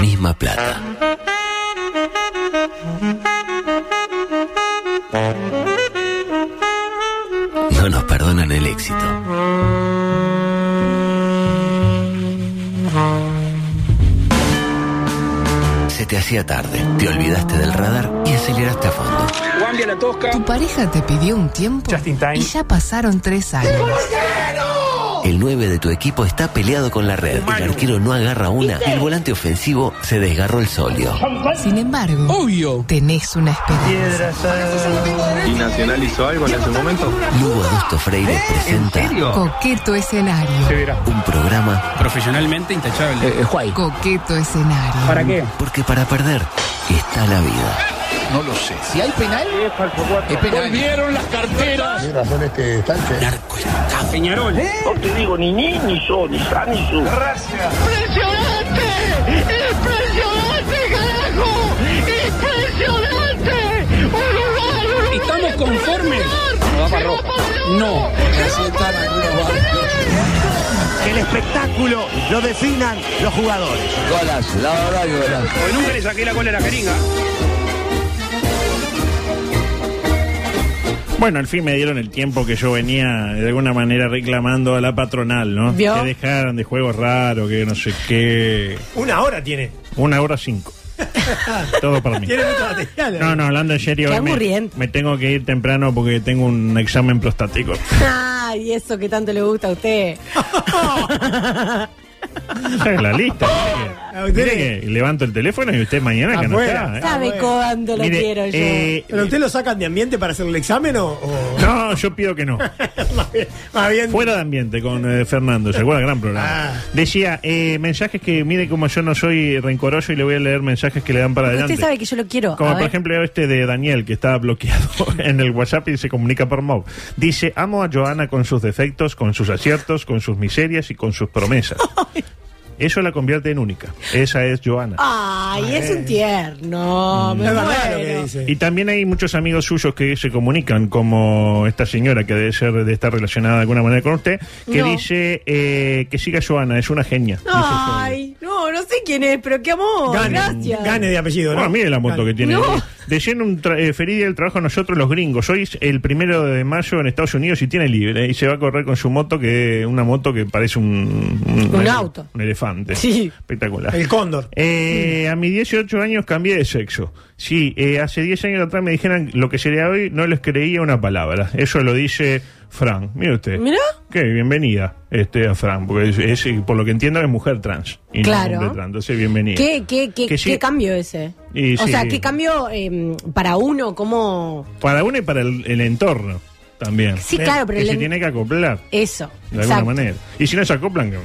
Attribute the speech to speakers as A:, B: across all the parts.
A: misma plata. No nos perdonan el éxito. Se te hacía tarde, te olvidaste del radar y aceleraste a fondo.
B: Guambia la tosca.
C: Tu pareja te pidió un tiempo
B: Just in time.
C: y ya pasaron tres años.
A: El 9 de tu equipo está peleado con la red. El arquero no agarra una y el volante ofensivo se desgarró el solio.
C: Sin embargo,
B: Obvio.
C: tenés una experiencia.
D: ¿Y Nacional hizo algo en ese momento?
A: Lugo Adusto Freire presenta
C: Coqueto
B: Se
C: escenario.
B: verá.
A: un programa
E: Profesionalmente intachable.
C: Coqueto escenario.
B: ¿Para qué?
A: porque para perder está la vida.
B: Peñarol.
F: ¡Impresionante! ¡Impresionante, carajo! ¡Impresionante! ¡Uruguay, Uruguay!
E: ¿Estamos conformes?
F: ¡Se va para rojo!
E: No.
G: el espectáculo lo definan los jugadores.
B: Porque nunca le saqué la cola a la jeringa.
H: Bueno, al fin me dieron el tiempo que yo venía de alguna manera reclamando a la patronal, ¿no?
I: ¿Vio?
H: Que dejaran de juegos raros, que no sé qué.
J: Una hora tiene.
H: Una hora cinco. Todo para mí.
J: Tiene mucho material. ¿eh?
H: No, no, hablando en serio.
I: Qué
H: hoy me,
I: aburriente.
H: me tengo que ir temprano porque tengo un examen prostático.
I: Ay, eso que tanto le gusta a usted.
H: Saca la lista.
J: A
H: mire que-
J: Ah, usted
H: mire que levanto el teléfono y usted mañana que no
J: Afuera.
B: Ah,
H: está. ¿eh?
I: ¿Sabe
J: bueno.
I: cuándo lo
H: Mire,
I: quiero yo?
H: eh,
J: ¿Pero usted lo sacan de ambiente para hacer el examen o.? o-
H: No, yo pido que no.
J: más bien.
H: Ah,
J: Más bien
H: Fuera de ambiente con eh, Fernando, ¿se acuerda? Gran programa.
J: Ah.
H: Decía, eh, mensajes que, mire, como yo no soy rencoroso y le voy a leer mensajes que le dan para adelante.
I: usted sabe que yo lo quiero.
H: Como
I: A
H: por
I: ver.
H: ejemplo este de Daniel, que está bloqueado en el WhatsApp y se comunica por MOV. Dice, amo a Joana con sus defectos, con sus aciertos, con sus miserias y con sus promesas. Eso la convierte en única. Esa es Joana.
I: Ay, es un
H: Mm,
I: tierno. Me
J: Es verdad lo que
I: muero.
J: dice.
H: Y también hay muchos amigos suyos que se comunican, como esta señora que debe ser de estar relacionada de alguna manera con usted, que
I: No.
H: dice eh, que siga Joana, es una genia. dice Joana.
I: Ay, no, no sé quién es, pero qué amor.
J: Gane,
I: Gracias.
J: gane de apellido, ¿no?
H: Bueno, mire la moto que tiene.
I: No.
H: De lleno un tra- eh, feliz día del trabajo a nosotros los gringos. Hoy es el primero de mayo en Estados Unidos y tiene libre. Y se va a correr con su moto, que una moto que parece un...
I: Un
H: ele-
I: auto.
H: Un elefante.
I: Sí.
H: Espectacular.
J: El cóndor.
H: Eh, A mis 18 años cambié de sexo. Sí, eh, hace 10 años atrás me dijeran lo que sería hoy, no les creía una palabra. Eso lo dice Fran. Mire usted.
I: Mirá.
H: Qué bienvenida este, a Fran, porque es, es- por lo que entiendo es mujer trans. Y no
I: Claro.
H: hombre trans. Entonces, bienvenida.
I: ¿Qué, qué, qué,
H: Que
I: qué
H: sí-
I: cambio ese?
H: Y
I: o
H: sí.
I: sea, ¿qué cambio eh, para uno? ¿Cómo?
H: Para uno y para el, el entorno también.
I: Sí, claro, pero
H: que
I: el
H: se
I: en-
H: tiene que acoplar
I: Eso.
H: de alguna
I: exacto.
H: manera. Y si no se acoplan, que-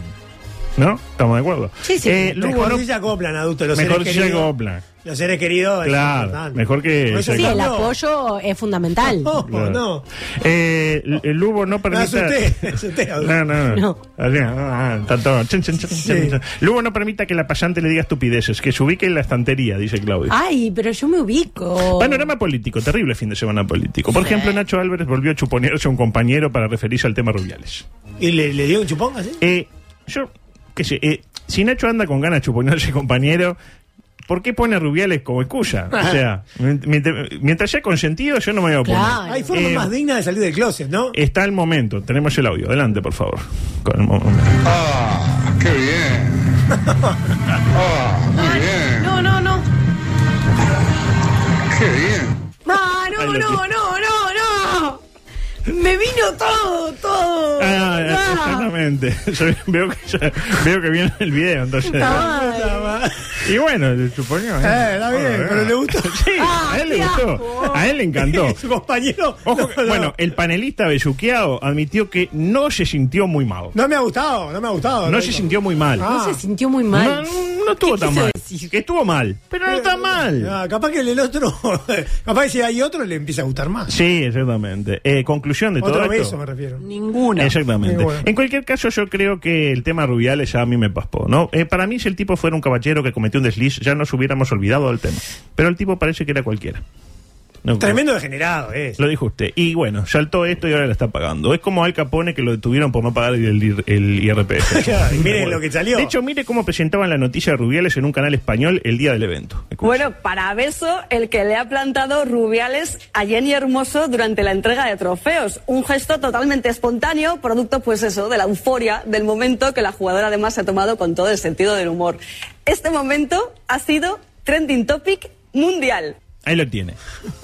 H: ¿no? Estamos de acuerdo.
I: Sí, sí.
H: Eh, Lugo,
J: Mejor
H: no-
J: si se acoplan, adulto. Los
H: mejor si
J: seres
H: se
J: queridos.
H: acoplan.
J: Los seres queridos. es
H: Claro,
J: importante.
H: mejor que
J: Por eso
H: se
I: Sí, el
J: cambió.
I: apoyo es fundamental.
J: No,
H: Claro.
J: no.
H: Eh, l- el Lugo no permita.
J: asusté, asusté, asusté.
H: no, no, no.
I: No.
H: Así, ah, ah, tanto, chin, chin, chin, chin, chin. Lugo no permita que la pasante le diga estupideces, que se ubique en la estantería, dice Claudio.
I: Ay, pero yo me ubico.
H: Panorama político, terrible fin de semana político. Por ejemplo, Nacho Álvarez volvió a chuponearse a un compañero para referirse al tema Rubiales.
J: ¿Y le, le dio un chupón así?
H: Eh, yo, qué sé, eh, si Nacho anda con ganas de chuponearse, compañero, ¿por qué pone a Rubiales como excusa? O sea, mient- mientras, mientras sea consentido, yo no me voy a oponer.
I: Claro.
J: Hay formas
H: eh,
J: más dignas de salir del closet, ¿no?
H: Está el momento, tenemos el audio, adelante, por favor. Con el mo-
D: Ah, qué bien. Ah, muy bien.
I: No, no, no.
D: Qué bien.
I: Ah,
H: Ahí
I: no,
H: lo
I: no,
H: tiene.
I: no, no, no. Me vino todo, todo.
H: Ah,
I: Ah.
H: exactamente. Yo veo, que, ya- veo que viene el video, entonces.
I: ah, Ay.
H: Y bueno, le chuponeó. ¿eh?
J: Eh, está bien,
H: Bueno,
J: pero le gustó.
H: Sí,
I: Ah,
H: a él le
I: qué
H: gustó.
I: asco.
H: A él le encantó.
J: Su compañero.
H: Ojo, que-
J: no, no.
H: bueno, el panelista besuqueado admitió que no se sintió muy mal.
J: No me ha gustado, no me ha gustado.
H: No
J: lo
H: se
J: digo.
H: sintió muy mal.
J: Ah.
I: No se sintió muy mal.
H: No, no estuvo
I: ¿Qué
H: tan
I: quiso
H: mal.
I: decir?
H: Que estuvo mal, pero no tan mal.
J: Ah, capaz que el del otro. capaz que si hay otro le empieza a gustar más.
H: Sí, exactamente. Eh, conclusión de todo
J: Otro beso,
H: esto.
J: me refiero.
I: Ninguna.
H: Exactamente.
J: Muy bueno.
H: En cualquier caso, yo creo que el tema Rubiales ya a mí me paspó, ¿no? Eh, para mí, si el tipo fuera un caballero que cometió un desliz, ya nos hubiéramos olvidado del tema. Pero el tipo parece que era cualquiera. No,
J: Tremendo degenerado es.
H: Lo dijo usted. Y bueno, saltó esto y ahora la está pagando. Es como Al Capone que lo detuvieron por no pagar el, ir- el IRPF.
J: Claro, y miren lo que salió.
H: De hecho, mire cómo presentaban la noticia de Rubiales en un canal español el día del evento. Escuche.
K: Bueno, para beso, el que le ha plantado Rubiales a Jenny Hermoso durante la entrega de trofeos. Un gesto totalmente espontáneo, producto, pues eso, de la euforia del momento que la jugadora además se ha tomado con todo el sentido del humor. Este momento ha sido trending topic mundial.
H: Ahí lo tiene.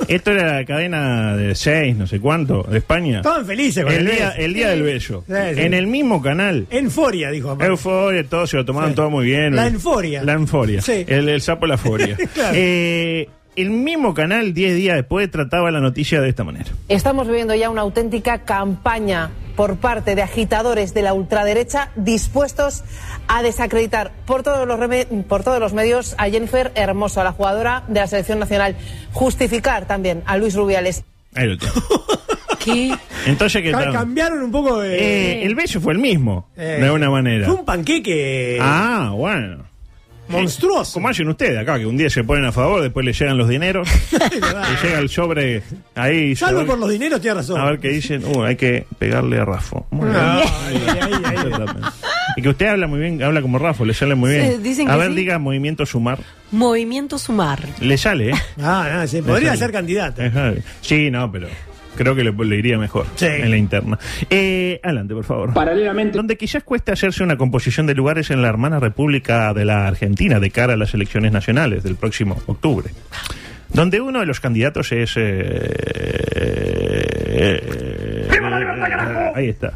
H: Esto era la cadena de 6, no sé cuánto, de España.
J: Estaban felices con
H: el
J: el
H: día,
J: beso.
H: el día del bello.
J: Sí, sí.
H: En el mismo canal.
J: Enforia, dijo. aparte.
H: Euforia, todo se lo tomaron
J: Sí.
H: todo muy bien.
J: La euforia.
H: La euforia.
J: Sí.
H: El, el sapo la euforia.
J: Claro.
H: Eh, el mismo canal, 10 días después, trataba la noticia de esta manera.
L: Estamos viviendo ya una auténtica campaña por parte de agitadores de la ultraderecha dispuestos a desacreditar por todos los, reme- por todos los medios a Jennifer Hermoso, a la jugadora de la selección nacional, justificar también a Luis Rubiales.
H: Ahí lo tiene.
I: Ah.
H: Entonces, ¿qué
J: Ca-
H: tal?
J: Cambiaron un poco de.
H: Eh, el beso fue el mismo,
J: Eh,
H: de alguna manera.
J: Fue un panqueque eh,
H: Ah, bueno.
J: monstruoso.
H: Como hacen ustedes acá, que un día se ponen a favor, después le llegan los dineros, le llega el sobre ahí. a
J: Salvo
H: ver-
J: por los dineros, tiene razón.
H: A ver qué dicen. Uh, hay que pegarle a Rafa. Muy bien.
J: Ay, ay, ay, ay.
H: Y que usted habla muy bien, habla como Rafa, le sale muy
I: Sí,
H: bien.
I: dicen
H: a
I: que
H: ver,
I: sí.
H: diga movimiento sumar.
I: Movimiento Sumar.
H: Le sale, ¿eh?
J: Ah, no, sí, podría ser candidato.
H: Ajá. Sí, no, pero creo que le, le iría mejor
J: Sí.
H: en la interna. Eh, adelante, por favor.
E: Paralelamente.
H: Donde quizás cueste hacerse una composición de lugares en la hermana República de la Argentina de cara a las elecciones nacionales del próximo octubre. Donde uno de los candidatos es... eh, ahí está.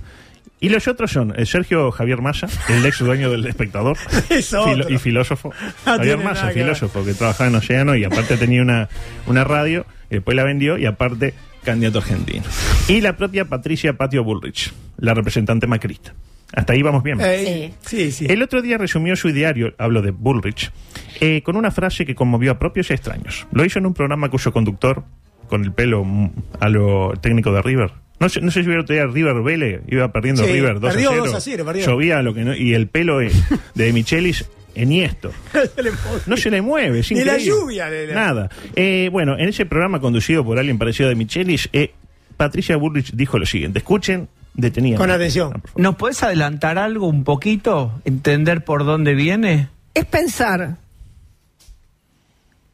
H: Y los otros son eh, Sergio Javier Massa, el ex dueño del espectador
J: Es otro.
H: filo- y filósofo.
J: No
H: Javier
J: tiene
H: Massa,
J: nada que ver.
H: filósofo, que trabajaba en Océano y aparte tenía una, una radio, y después la vendió y aparte candidato argentino. Y la propia Patricia Patio Bullrich, la representante macrista. Hasta ahí vamos bien.
J: Eh, sí, sí.
H: El otro día resumió su diario, hablo de Bullrich, eh, con una frase que conmovió a propios y extraños. Lo hizo en un programa cuyo conductor, con el pelo mm, a lo técnico de River, no sé, no sé si vieron otro día River Vélez, iba perdiendo
J: Sí,
H: River 2
J: perdió
H: a 0.
J: 2 a 0, perdió.
H: Llovía lo que no- y el pelo de, de Michelis eniesto.
J: Se le pone-
H: No se le mueve, sin
J: Ni la lluvia le- le-
H: Nada. Eh, bueno, en ese programa conducido por alguien parecido a Michelis, eh, Patricia Bullrich dijo lo siguiente. Escuchen, detenida.
J: Con atención.
M: ¿Nos puedes adelantar algo un poquito? ¿Entender por dónde viene?
N: es pensar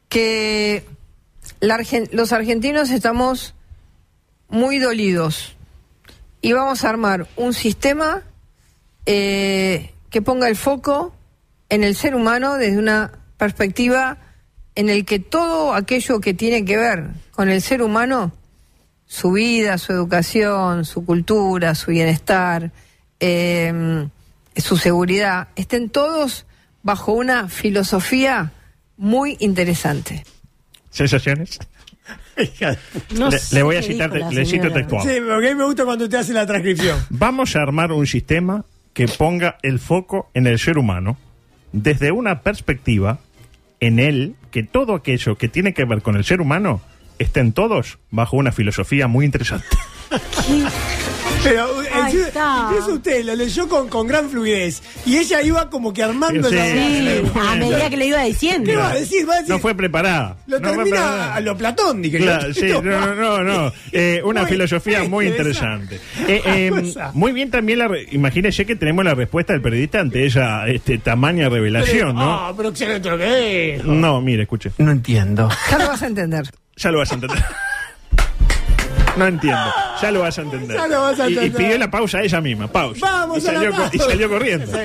N: que la Argen- los argentinos estamos muy dolidos y vamos a armar un sistema eh, que ponga el foco en el ser humano desde una perspectiva en el que todo aquello que tiene que ver con el ser humano, su vida, su educación, su cultura, su bienestar, eh, su seguridad, estén todos bajo una filosofía muy interesante.
H: ¿Sensaciones? le, le voy a citar, le cito textual.
J: Sí, porque a mí me gusta cuando te hace la transcripción.
H: Vamos a armar un sistema que ponga el foco en el ser humano desde una perspectiva en él que todo aquello que tiene que ver con el ser humano estén todos bajo una filosofía muy interesante.
J: Pero eh,
I: Ahí
J: incluso-
I: está.
J: incluso usted lo leyó con, con gran fluidez. Y ella iba como que armando
H: Sí,
J: esa-
I: Sí, a medida que le iba diciendo.
J: ¿Qué va a decir? Va a decir.
H: No fue preparada.
J: Lo
H: No fue
J: termina
H: preparada.
J: a lo Platón, dije
H: Claro,
J: yo.
H: sí, no, no, no, no. Eh, una
J: Muy
H: filosofía muy interesante.
J: interesante.
H: Eh, eh,
J: Cosa.
H: muy bien también, la re- imagínese que tenemos la respuesta del periodista ante esa este, tamaña revelación, ¿no?
J: Ah, pero excelente lo que es.
H: No, mire, escuche.
M: No entiendo.
N: Ya lo vas a entender.
H: Ya lo vas a entender. No entiendo. Ya lo vas a entender.
J: Ya lo vas a
H: Y- Y,
J: entender.
H: pidió la pausa ella misma. Pausa.
J: Vamos
H: y
J: a la
H: salió,
J: pausa.
H: co- y salió corriendo.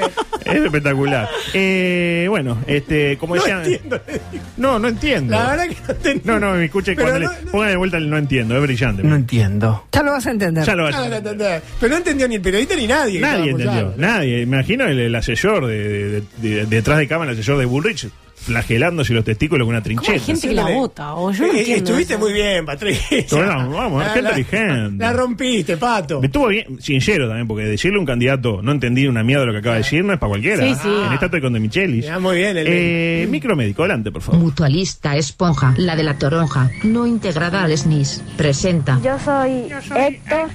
H: Es espectacular. Eh, bueno, este, como
J: No
H: decía.
J: entiendo. le digo.
H: No, no entiendo.
J: La verdad que no entendí.
H: No, no, me escuche
J: Pero
H: cuando
J: no-
H: le.
J: no-
H: Ponga de vuelta el no entiendo, es brillante.
M: No entiendo.
N: Ya lo vas a entender.
H: Ya lo vas
J: Ah,
H: a
J: no
H: entender.
J: entendí. Pero no entendió ni el periodista ni nadie.
H: Nadie
J: Estábamos
H: entendió,
J: ya.
H: nadie. Imagino el, el asesor de, de- de- de- detrás de cámara, el asesor de Bullrich, flagelándose los testículos con una
I: ¿Cómo hay
H: trinchera.
I: gente que la
J: Haciéndole-
I: vota? O yo no
J: Eh,
I: entiendo.
J: Estuviste
I: eso.
J: muy bien, Patricia.
H: Bueno, vamos, qué
J: la-
H: inteligente.
J: La rompiste, pato.
H: Me estuvo bien, sincero también, porque decirle a un candidato, no entendí una mierda de lo que acaba de decir, no es para cualquiera.
I: Sí, sí.
H: En esta estoy con De Michelis.
J: Ya, Ah, muy bien, el-
H: Eh, micromédico, adelante, por favor.
O: Mutualista esponja, la de la toronja, no integrada al SNIS, presenta.
P: Yo soy, Héctor,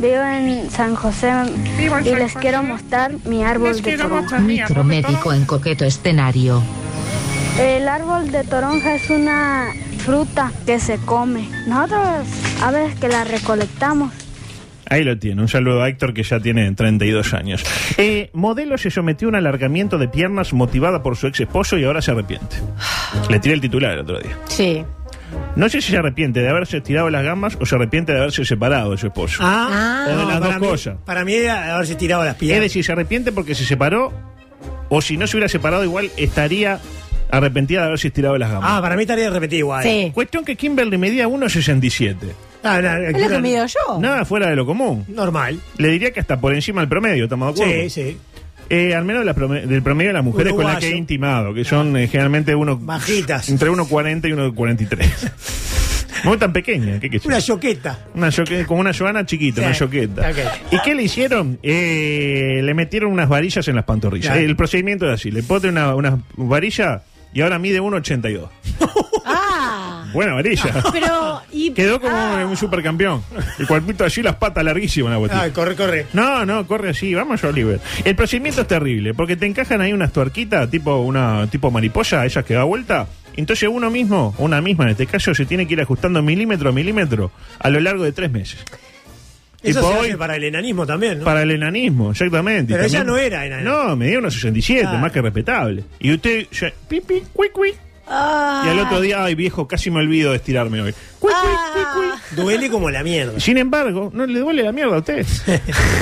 P: vivo en San José y les quiero mostrar mi árbol de toronja.
O: Micromédico en coqueto escenario.
P: El árbol de toronja es una fruta que se come. Nosotros a veces que la recolectamos.
H: Ahí lo tiene. Un saludo a Héctor que ya tiene 32 años. Eh, modelo se sometió a un alargamiento de piernas motivada por su ex esposo y ahora se arrepiente. Le tiré el titular el otro día.
I: Sí.
H: No sé si se arrepiente de haberse estirado las gamas o se arrepiente de haberse separado de su esposo.
J: Ah,
H: o de
J: no,
H: las dos
J: para mí-
H: cosas.
J: Para mí era haberse tirado las
H: Es
J: piernas.
H: decir, se arrepiente porque se separó o si no se hubiera separado igual estaría arrepentida de haberse estirado las gamas.
J: Ah, para mí estaría repetido igual.
I: Sí.
H: Cuestión que Kimberly medía 1,67.
J: Ah, no,
I: Es lo que me digo yo.
H: Nada fuera de lo común.
J: Normal.
H: Le diría que hasta por encima del promedio, ¿estamos de acuerdo?
J: Sí, sí.
H: Eh, al menos de la prome- del promedio de las mujeres con las que he
J: Uruguayo.
H: intimado, que son eh, generalmente uno,
J: Bajitas.
H: entre 1,40 y 1,43. Muy tan pequeña, ¿qué, qué sé yo?
J: Una choqueta.
H: Una yoque- como una Joana chiquita,
J: Sí.
H: una yoqueta.
J: Ok.
H: ¿Y qué le hicieron? Eh, le metieron unas varillas en las pantorrillas.
J: Claro.
H: El procedimiento es así: le ponen una, una varilla y ahora mide 1,82.
I: Ah.
H: Buena varilla.
I: Pero, y,
H: Quedó como un supercampeón. El cuerpito allí, las patas larguísimas. La botita.
J: Ah, corre, corre.
H: No, no, corre así, vamos Oliver. El procedimiento es terrible, porque te encajan ahí unas tuerquitas, tipo una tipo mariposa, esas que da vuelta. Entonces uno mismo, o una misma en este caso, se tiene que ir ajustando milímetro a milímetro a lo largo de tres meses.
J: Eso
H: Tipo
J: se
H: hoy-
J: hace para el enanismo también, ¿no?
H: Para el enanismo, exactamente.
J: Pero
H: Y
J: ella no era enana.
H: No, medía unos 67,
J: Claro.
H: más que respetable. Y usted, ya- pi, pi, cui, cui.
J: Ah.
H: Y al otro día, ay viejo, casi me olvido de estirarme hoy. Cui, cui, cui, cui.
J: Duele como la mierda.
H: Sin embargo, no le duele la mierda a usted.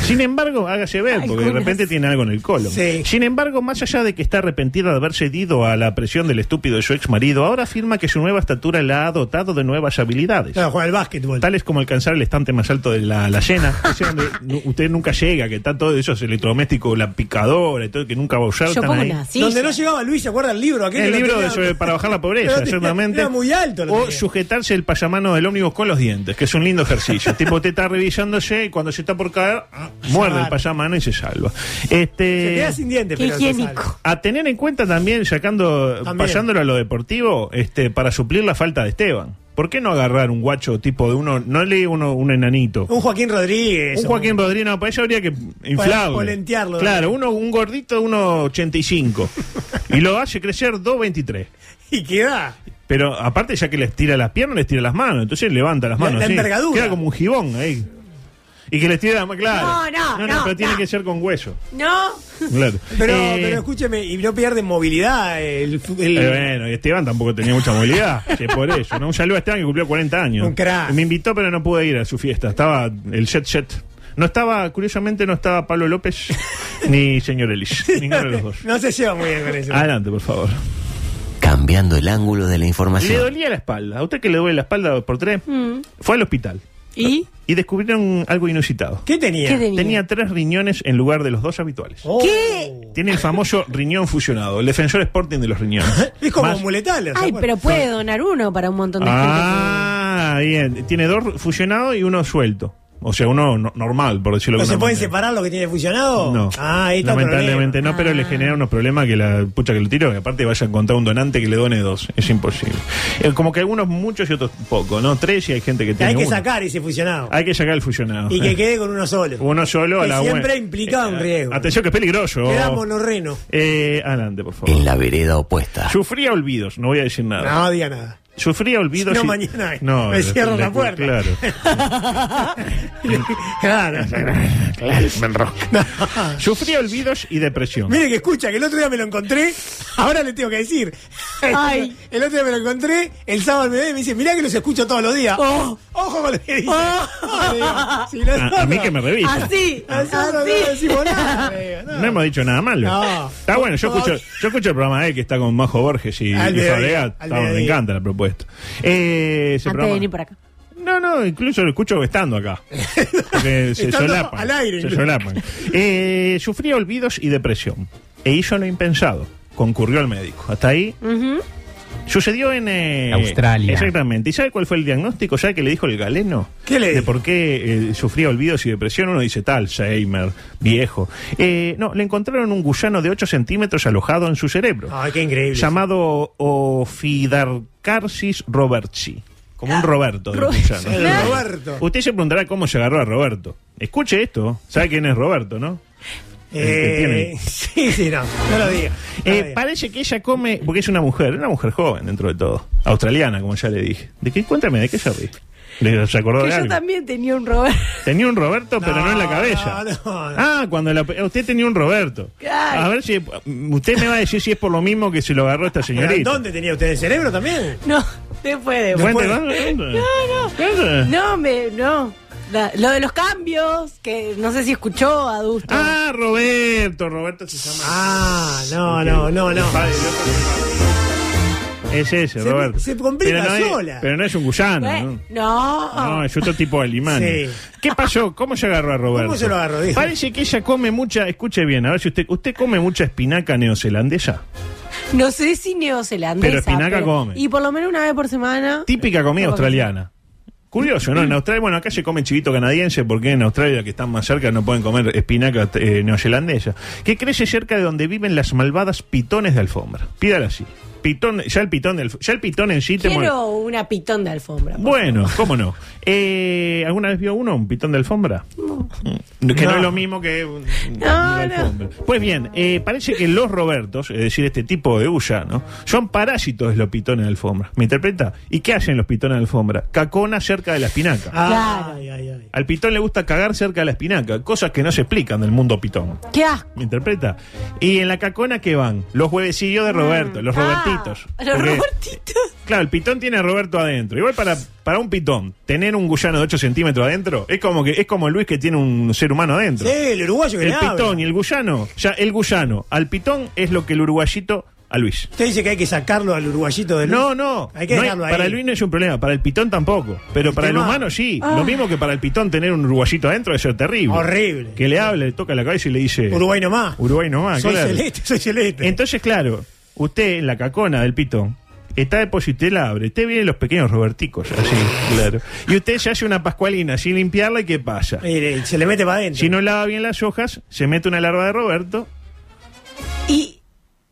H: Sin embargo, hágase ver, porque de
J: Algunas.
H: repente tiene algo en el colon.
J: Sí.
H: Sin embargo, más allá de que está arrepentida de haber cedido a la presión del estúpido de su ex marido, ahora afirma que su nueva estatura la ha dotado de nuevas habilidades.
J: Claro, juega al básquetbol.
H: Tales como alcanzar el estante más alto de la, la llena, ese donde nu- usted nunca llega, que está todo eso electrodoméstico, la picadora y todo, que nunca va a usar.
I: yo
H: están
I: como
H: ahí.
I: una silla.
J: Donde no llegaba Luis, ¿se acuerda el libro? Aquel
H: El
J: que lo
H: libro
J: tenía-
H: sobre- para bajar la pobreza,
J: Lo tenía-
H: exactamente.
J: Era muy alto. lo
H: O
J: tenía.
H: sujetarse el payamano del ómnibus con los dientes, que es un lindo ejercicio. tipo, te está revisándose y cuando se está por caer, ah, muerde el
J: Claro.
H: payamano y se salva.
J: Se
H: Este,
J: queda sin dientes,
I: Qué
J: pero se
I: higiénico.
H: a tener en cuenta también, sacando,
J: También.
H: pasándolo a lo deportivo, este, para suplir la falta de Esteban. ¿Por qué no agarrar un guacho tipo de uno, no le digo uno, un enanito?
J: sale. Un Joaquín Rodríguez.
H: Un Joaquín Rodríguez, no, para eso habría que inflarlo.
J: polentearlo.
H: Claro, uno, un gordito de 1,85. y lo hace crecer 2,23.
J: Y queda.
H: Pero aparte, ya que les tira las piernas, les tira las manos. Entonces levanta las
J: La-
H: manos.
J: la
H: sí.
J: envergadura.
H: Queda como un gibón ahí. Y que les tira las manos, claro.
I: No, no, no,
H: pero tiene
I: no.
H: que ser con hueso.
I: No.
H: Claro.
J: Pero,
H: Eh,
J: pero escúcheme, y no pierden movilidad. El, fu- el-
H: eh, bueno, y Esteban tampoco tenía mucha movilidad. que por eso. ¿no? Un saludo a Esteban que cumplió 40 años.
J: Un crack.
H: Me invitó, pero no pude ir a su fiesta. Estaba el jet jet. No estaba, curiosamente, no estaba Pablo López ni señor Elis. Ninguno de los dos.
J: no se lleva muy bien con eso.
H: Adelante, por favor.
A: Cambiando el ángulo de la
H: Le
A: información.
H: dolía la espalda. ¿A usted que le duele la espalda por tres?
I: Mm.
H: Fue al hospital.
I: ¿Y?
H: y descubrieron algo inusitado.
J: ¿Qué tenía?
I: ¿Qué tenía?
H: Tenía tres riñones en lugar de los dos habituales.
J: Oh.
I: ¿Qué?
H: Tiene el famoso riñón fusionado, el defensor Sporting de los riñones.
J: Es como
H: Más-
J: muletales. ¿se
I: Ay,
J: acuerda?
I: pero puede donar uno para un montón de
H: Ah, bien. Tiene dos fusionados y uno suelto. O sea, uno no- normal, por decirlo
J: ¿No
H: de
J: se
H: alguna
J: pueden
H: manera.
J: separar lo que tiene fusionado?
H: No,
J: Ah, ahí está el
H: lamentablemente
J: problema. Ah.
H: no, pero le genera unos problemas que la pucha que lo tiró, que aparte vaya a encontrar un donante que le done dos, es imposible. Eh, como que algunos muchos y otros pocos, ¿no? Tres y hay gente que
J: Que
H: tiene
J: Hay que
H: uno.
J: sacar ese fusionado.
H: Hay que sacar el fusionado.
J: Y que quede con uno solo.
H: Uno solo a
J: que
H: la
J: siempre
H: buena.
J: implica un
H: Eh,
J: riesgo.
H: Atención que es peligroso.
J: Queda monorreno.
H: Eh, adelante, por favor.
A: En la vereda opuesta.
H: Sufría olvidos, no voy a decir nada.
J: No diga nada.
H: Sufría olvidos.
J: No,
H: y-
J: mañana
H: No,
J: me cierro la puerta.
H: Claro.
J: claro.
H: me enrosco. Sufría olvidos y depresión.
J: Mire que escucha, que el otro día me lo encontré, ahora le tengo que decir.
I: Ay.
J: El otro día me lo encontré, el sábado me ve y me dice, mirá que los escucho todos los días.
I: Oh.
J: Ojo con lo que dice.
I: Oh.
J: Le digo, si no es
H: Ah, A, a mí
J: otro,
H: que me
I: gente.
H: revisa.
I: Así,
J: así no, no
I: así.
J: decimos nada, le digo, no.
H: No hemos dicho nada malo.
J: No.
H: Está bueno, yo escucho, yo escucho el programa de él que está con Majo Borges y, y
J: Al mediodía,
H: Fabregat.
J: al
H: Está bueno, Me
J: mediodía.
H: encanta la propuesta. Eh, ese
I: Antes de
H: programa-
I: venir para acá.
H: No, no, incluso lo escucho estando acá. Porque se
J: Estando
H: solapan.
J: al aire,
H: se
J: incluso.
H: solapan. Eh, sufría olvidos y depresión. E hizo lo impensado. Concurrió al médico. Hasta ahí. Sucedió en eh,
E: Australia.
H: Exactamente. ¿Y sabe cuál fue el diagnóstico? ¿Sabe qué le dijo el galeno?
J: ¿Qué le
H: De
J: dijo?
H: por qué eh, sufría olvidos y depresión. Uno dice tal, Alzheimer, viejo. Eh, no, le encontraron un gusano de 8 centímetros alojado en su cerebro
J: Ay, qué increíble.
H: llamado Ofidarcarsis robertsi. Como un Roberto. de Luchano.
J: El Roberto.
H: Usted se preguntará cómo se agarró a Roberto. Escuche esto. ¿Sabe quién es Roberto, no? que tienen.
J: Eh, Sí, sí, no. No lo diga.
H: Eh, parece que ella come, porque es una mujer, una mujer joven dentro de todo, australiana, como ya le dije. ¿De qué? Cuéntame, ¿de qué se ríe? ¿Le- ¿Se acordó
I: Que
H: de
I: yo
H: algo?
I: también tenía un Roberto.
H: Tenía un Roberto, pero no, en la cabeza. Ah, cuando la, usted tenía un Roberto.
I: Claro.
H: A ver si usted me va a decir si es por lo mismo que se lo agarró esta señorita.
J: ¿Dónde tenía usted el cerebro también?
I: No, después de
H: Después de-
I: No, no. No, me, no. La- lo de los cambios, que no sé si escuchó adusto.
H: Ah, Roberto, Roberto se llama.
J: Ah, no, no, no, no.
H: Es ese, Roberto.
J: se complica
H: pero no es-
J: sola.
H: pero no es un guyano,
J: Bueno.
H: ¿no?
I: Eh, No.
H: No, es otro tipo de alimán.
J: Sí.
H: ¿Qué pasó? ¿Cómo se agarró a Roberto?
J: ¿Cómo se lo agarró? Dijo.
H: Parece que ella come mucha, escuche bien, a ver si usted, usted come mucha espinaca neozelandesa.
I: No sé si neozelandesa.
H: Pero espinaca come.
I: Y por lo menos una vez por semana.
H: Típica comida
I: Como
H: australiana. Curioso, ¿no? En Australia, bueno, acá se come chivito canadiense porque en Australia, que están más cerca, no pueden comer espinaca eh, neozelandesa, que crece cerca de donde viven las malvadas pitones de alfombra. Pídala así. Pitón, ya el pitón, del, ya el pitón en sí te muere.
I: Quiero una pitón de alfombra.
H: Bueno, cómo no. Eh, ¿Alguna vez vio uno, un pitón de alfombra? No. Que no,
J: No.
H: es lo mismo que un, un-
I: No,
H: una
I: no.
H: alfombra. Pues bien, eh, parece que los Robertos, es decir, este tipo de huya, ¿no? son parásitos de los pitones de alfombra. ¿Me interpreta? ¿Y qué hacen los pitones de alfombra? Cacona cerca de la espinaca.
J: Ah. Ay, ay, ay.
H: Al pitón le gusta cagar cerca de la espinaca, cosas que no se explican del mundo pitón.
I: ¿Qué asco?
H: ¿Me interpreta? Y en la cacona, ¿qué van? Los huevecillos de
J: Mm.
H: Roberto, los
J: Ah,
H: Robertitos.
I: Los
H: Porque-
I: Robertitos.
H: Claro, el pitón tiene a Roberto adentro. Igual para, para un pitón, tener un guyano de 8 centímetros adentro es como que es como Luis que tiene un ser humano adentro.
J: Sí, el uruguayo que
H: El
J: le habla.
H: pitón y el guyano. Ya, el guyano al pitón es lo que el uruguayito a Luis.
J: Usted dice que hay que sacarlo al uruguayito del.
H: No, no.
J: Hay que
H: No
J: dejarlo ahí.
H: Para Luis no es un problema, para el pitón tampoco. Pero para el
J: tema-
H: humano sí.
J: Ah.
H: Lo mismo que para el pitón tener un uruguayito adentro debe ser terrible.
J: Horrible.
H: Que le hable, le toca la cabeza y le dice.
J: Uruguay nomás.
H: Uruguay nomás,
J: Soy
H: claro.
J: celeste, soy celeste.
H: Entonces, claro, usted en la cacona del pitón está de pollo y usted la abre. Usted vienen los pequeños Roberticos, así, claro. Y usted se hace una pascualina sin limpiarla y ¿qué pasa?
J: Mire, se le mete para adentro.
H: Si no lava bien las hojas, se mete una larva de Roberto.
I: Y.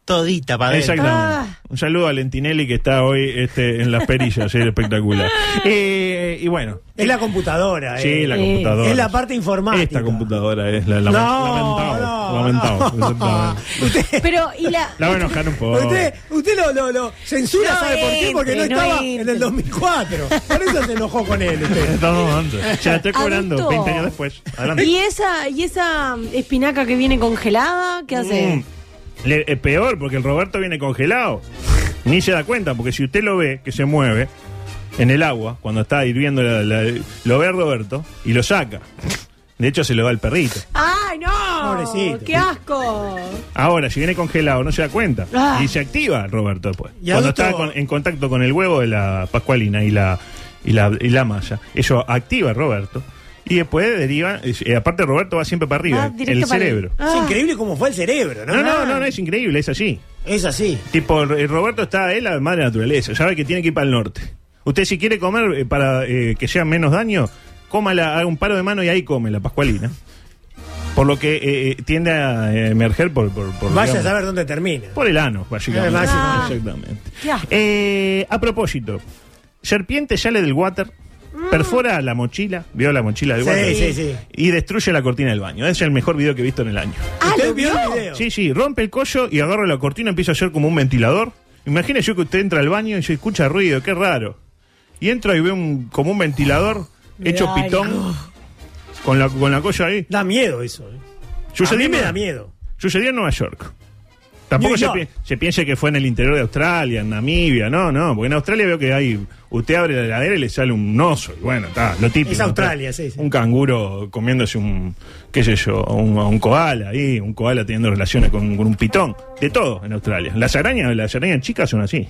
Q: Todita para
J: Ah.
H: Exactamente. Un saludo a Lentinelli que está hoy este, en las perillas, es espectacular. Eh, y bueno,
J: Es la computadora.
H: Sí,
J: eh.
H: la computadora.
J: Es la parte informática.
H: esta computadora es la, la
J: No,
H: lamentable. lamentable.
I: Pero, y la.
H: La voy a enojar un poco.
J: Usted, usted lo, lo, lo censura,
I: No
J: ¿sabe por qué? Porque no
I: entre, no
J: estaba en
I: entre.
J: el 2004. Por eso se enojó con él. Usted.
H: Estamos antes. Se la estoy cobrando
I: Adulto.
H: 20 años después. Adelante.
I: Y esa, y esa um, espinaca que viene congelada, ¿qué hace?
H: Mm. Le- es peor, porque el Roberto viene congelado. Ni se da cuenta, porque si usted lo ve que se mueve en el agua, cuando está hirviendo, la- la- lo ve a Roberto y lo saca. De hecho, se lo da al perrito.
I: ¡Ay, no!
H: Pobrecito.
I: ¡Qué asco!
H: Ahora, si viene congelado, no se da cuenta.
I: Ah.
H: Y se activa el Roberto después.
J: Y
H: Cuando
J: adulto-
H: está con- en contacto con el huevo de la pascualina y la, y la, y la masa. Eso activa a Roberto. Y después deriva. eh, aparte, Roberto va siempre para arriba.
J: Ah,
H: el
J: directo para
H: cerebro.
I: Ah.
J: Es increíble cómo fue el cerebro, ¿no?
H: No, no, no, no, es increíble, es así.
J: Es así.
H: Tipo, eh, Roberto está, él, la madre naturaleza, sabe que tiene que ir para el norte. Usted si quiere comer eh, para eh, que sea menos daño, cómala, haga un paro de mano y ahí come la pascualina. Por lo que eh, eh, tiende a eh, emerger por... por, por,
J: Vaya a
H: digamos,
J: saber dónde termina.
H: por el ano, básicamente.
J: Eh, vaya.
H: Exactamente. Eh, a propósito, serpiente sale del water, perfora la mochila, vio la mochila del
J: Mm. Sí,
H: water,
J: sí, sí.
H: y destruye la cortina del baño. Es el mejor video que he visto en el año.
I: Ah,
J: ¿Usted vio el video?
H: Sí, sí, rompe el collo y agarra la cortina, empieza a hacer como un ventilador. Imagínese yo que usted entra al baño y se escucha ruido, qué raro. Y entra y ve un, como un ventilador hecho
J: Ay,
H: pitón
J: no.
H: con la, con la colla ahí.
J: Da miedo eso. eh.
H: Sucedió
J: A mí me
H: en-
J: da miedo.
H: Sucedió en Nueva York. Tampoco
J: New
H: se,
J: York.
H: pi- se piense que fue en el interior de Australia, en Namibia, no, no, porque en Australia veo que hay, usted abre la heladera y le sale un oso, y bueno, está, lo típico.
J: Es
H: ¿no?
J: Australia, sí, sí.
H: Un canguro comiéndose un, qué sé yo, un, un koala ahí, un koala teniendo relaciones con, con un pitón, de todo en Australia. Las arañas, las arañas chicas son así.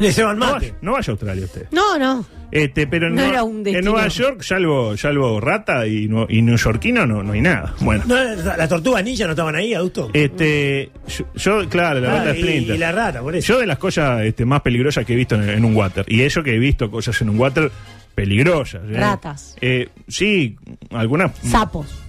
J: Le llevan
H: No
J: mate.
H: vaya, no vaya a Australia usted.
I: No, no.
H: Este, pero en,
I: No
H: Nueva-
I: era un
H: en
I: destino.
H: Nueva York, salvo, salvo rata y, nue- y neoyorquino, no, no hay nada. Bueno.
J: No, las tortugas ninja no estaban ahí, adusto.
H: Este, yo, yo, claro, la
J: Claro,
H: rata
J: y-
H: Splinter.
J: Ah, y la rata, por eso.
H: Yo de las cosas este, más peligrosas que he visto en, en un water. Y eso que he visto cosas en un water peligrosas. ¿eh?
I: Ratas.
H: Eh, sí, algunas.
I: Sapos.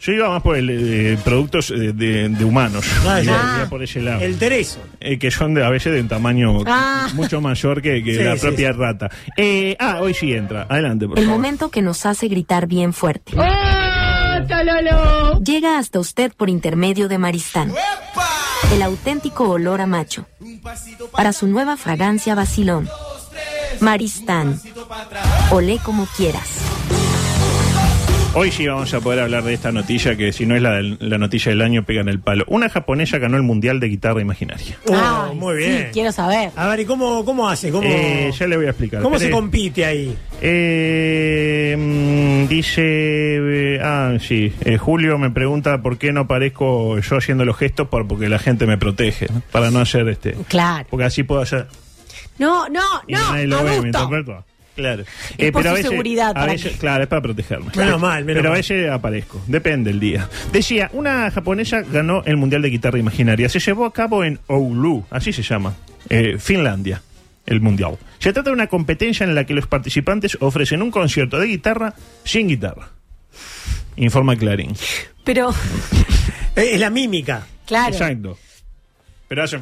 H: Yo iba más por el eh, productos eh, de, de humanos.
J: Ah,
H: Iba-
J: ya.
H: iba por ese lado.
J: El tereso.
H: Eh, que son de, a veces de un tamaño
R: Ah.
H: mucho mayor que, que
J: Sí,
H: la
J: sí,
H: propia
J: sí.
H: rata. Eh, ah, hoy sí entra. Adelante, por
R: El
H: favor.
R: momento que nos hace gritar bien fuerte.
F: gusta, Lolo!
Q: Llega hasta usted por intermedio de Maristán. El auténtico olor a macho. Para su nueva fragancia vacilón. Maristán. Olé como quieras.
H: Hoy sí vamos a poder hablar de esta noticia que si no es la, del- la noticia del año pega en el palo. Una japonesa ganó el mundial de guitarra imaginaria.
J: Oh, muy bien.
I: quiero saber.
J: A ver, ¿y cómo, cómo hace? ¿Cómo,
H: Eh, ya le voy a explicar.
J: ¿cómo se
H: Espere.
J: compite ahí?
H: Eh, mm, dice. eh, ah, sí. eh, Julio me pregunta por qué no aparezco yo haciendo los gestos por, porque la gente me protege. ¿no? Para no hacer este.
I: Claro.
H: Porque así puedo hacer.
I: No, no,
H: Y
I: no.
H: nadie lo ve, ¿me
I: Augusto.
H: interpreto? Claro.
I: Es por
H: a
I: su
H: veces-
I: seguridad,
H: a
I: para
H: veces-
I: que-
H: claro, es para protegerme.
J: Menos mal, menos
H: Pero
J: mal.
H: a veces aparezco. Depende el día. Decía, una japonesa ganó el Mundial de Guitarra Imaginaria. Se llevó a cabo en Oulu, así se llama, eh, Finlandia, el Mundial. Se trata de una competencia en la que los participantes ofrecen un concierto de guitarra sin guitarra. Informa Clarín.
I: Pero,
J: Eh, es la mímica.
I: claro.
H: Exacto. Pero hace...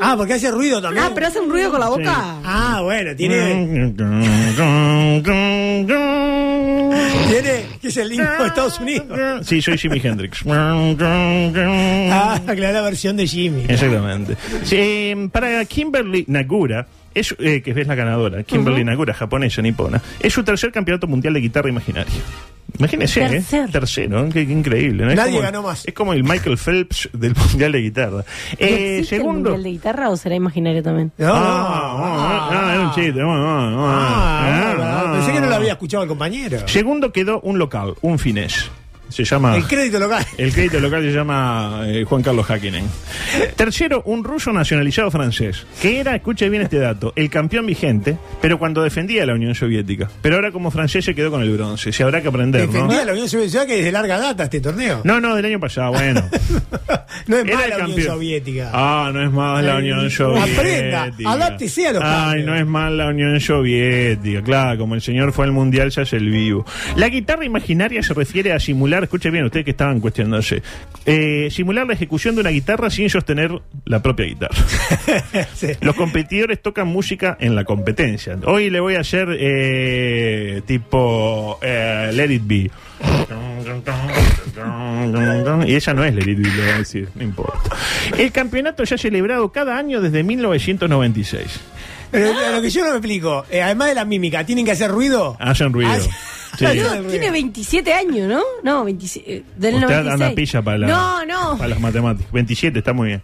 J: Ah, porque hace ruido también.
I: Ah, pero hace un ruido con la boca.
J: Sí. Ah, bueno,
H: Mm.
J: tiene. Tiene. que es el himno de Estados Unidos.
H: Sí, soy Jimi Hendrix.
J: Ah, claro, la versión de Jimmy.
H: Exactamente. Sí, eh, para Kimberly Nagura, es, eh, que es la ganadora, Kimberly Nagura, japonesa, nipona, es su tercer campeonato mundial de guitarra imaginaria. Imagínense, ¿eh?
J: Tercer.
H: Tercero, qué, qué increíble. ¿no? Es
J: Nadie
H: como-
J: ganó más.
H: Es como el Michael Phelps del mundial de guitarra. Eh,
I: ¿Existe el
H: segundo.
I: mundial de guitarra o será imaginario también?
H: Ah, ah, ah, era un chiste. Ah, ah, ah,
J: Ah,
H: ah,
J: pensé que no lo
H: ah.
J: había escuchado el compañero.
H: Segundo quedó un local, un finés. Se llama.
J: El crédito local.
H: El crédito local se llama eh, Juan Carlos Hakkinen. Tercero, un ruso nacionalizado francés, que era, escuche bien este dato, el campeón vigente, pero cuando defendía a la Unión Soviética. Pero ahora como francés se quedó con el bronce, se habrá que aprender, ¿no?
J: Defendía a la Unión Soviética que desde larga data este torneo.
H: No, no, del año pasado, bueno.
J: No es
H: Era
J: más
H: el
J: la Unión
H: campeón.
J: Soviética.
H: Ah, no es más la Unión Soviética.
J: Aprenda, adáptese a los
H: Ay, no es más la Unión Soviética. Claro, como el señor fue al mundial, se hace el vivo. La guitarra imaginaria se refiere a simular, escuchen bien, ustedes que estaban cuestionándose, eh, simular la ejecución de una guitarra sin sostener la propia guitarra. Ah. Los competidores tocan música en la competencia. Hoy le voy a hacer eh, tipo eh, Let It Be. Y ella no es Let It Be, le voy a decir, no importa. El campeonato se ha celebrado cada año desde 1996.
J: Pero, eh, lo que yo no me explico, eh, además de la mímica, ¿tienen que hacer ruido?
H: Hacen ruido.
J: Ah, sí.
H: Sí.
I: Boludo, tiene 27 años, ¿no? No, 27. eh, Del
H: Usted
I: 96.
H: anda pilla para, la-
I: No, no.
H: para las matemáticas. 27, está muy bien.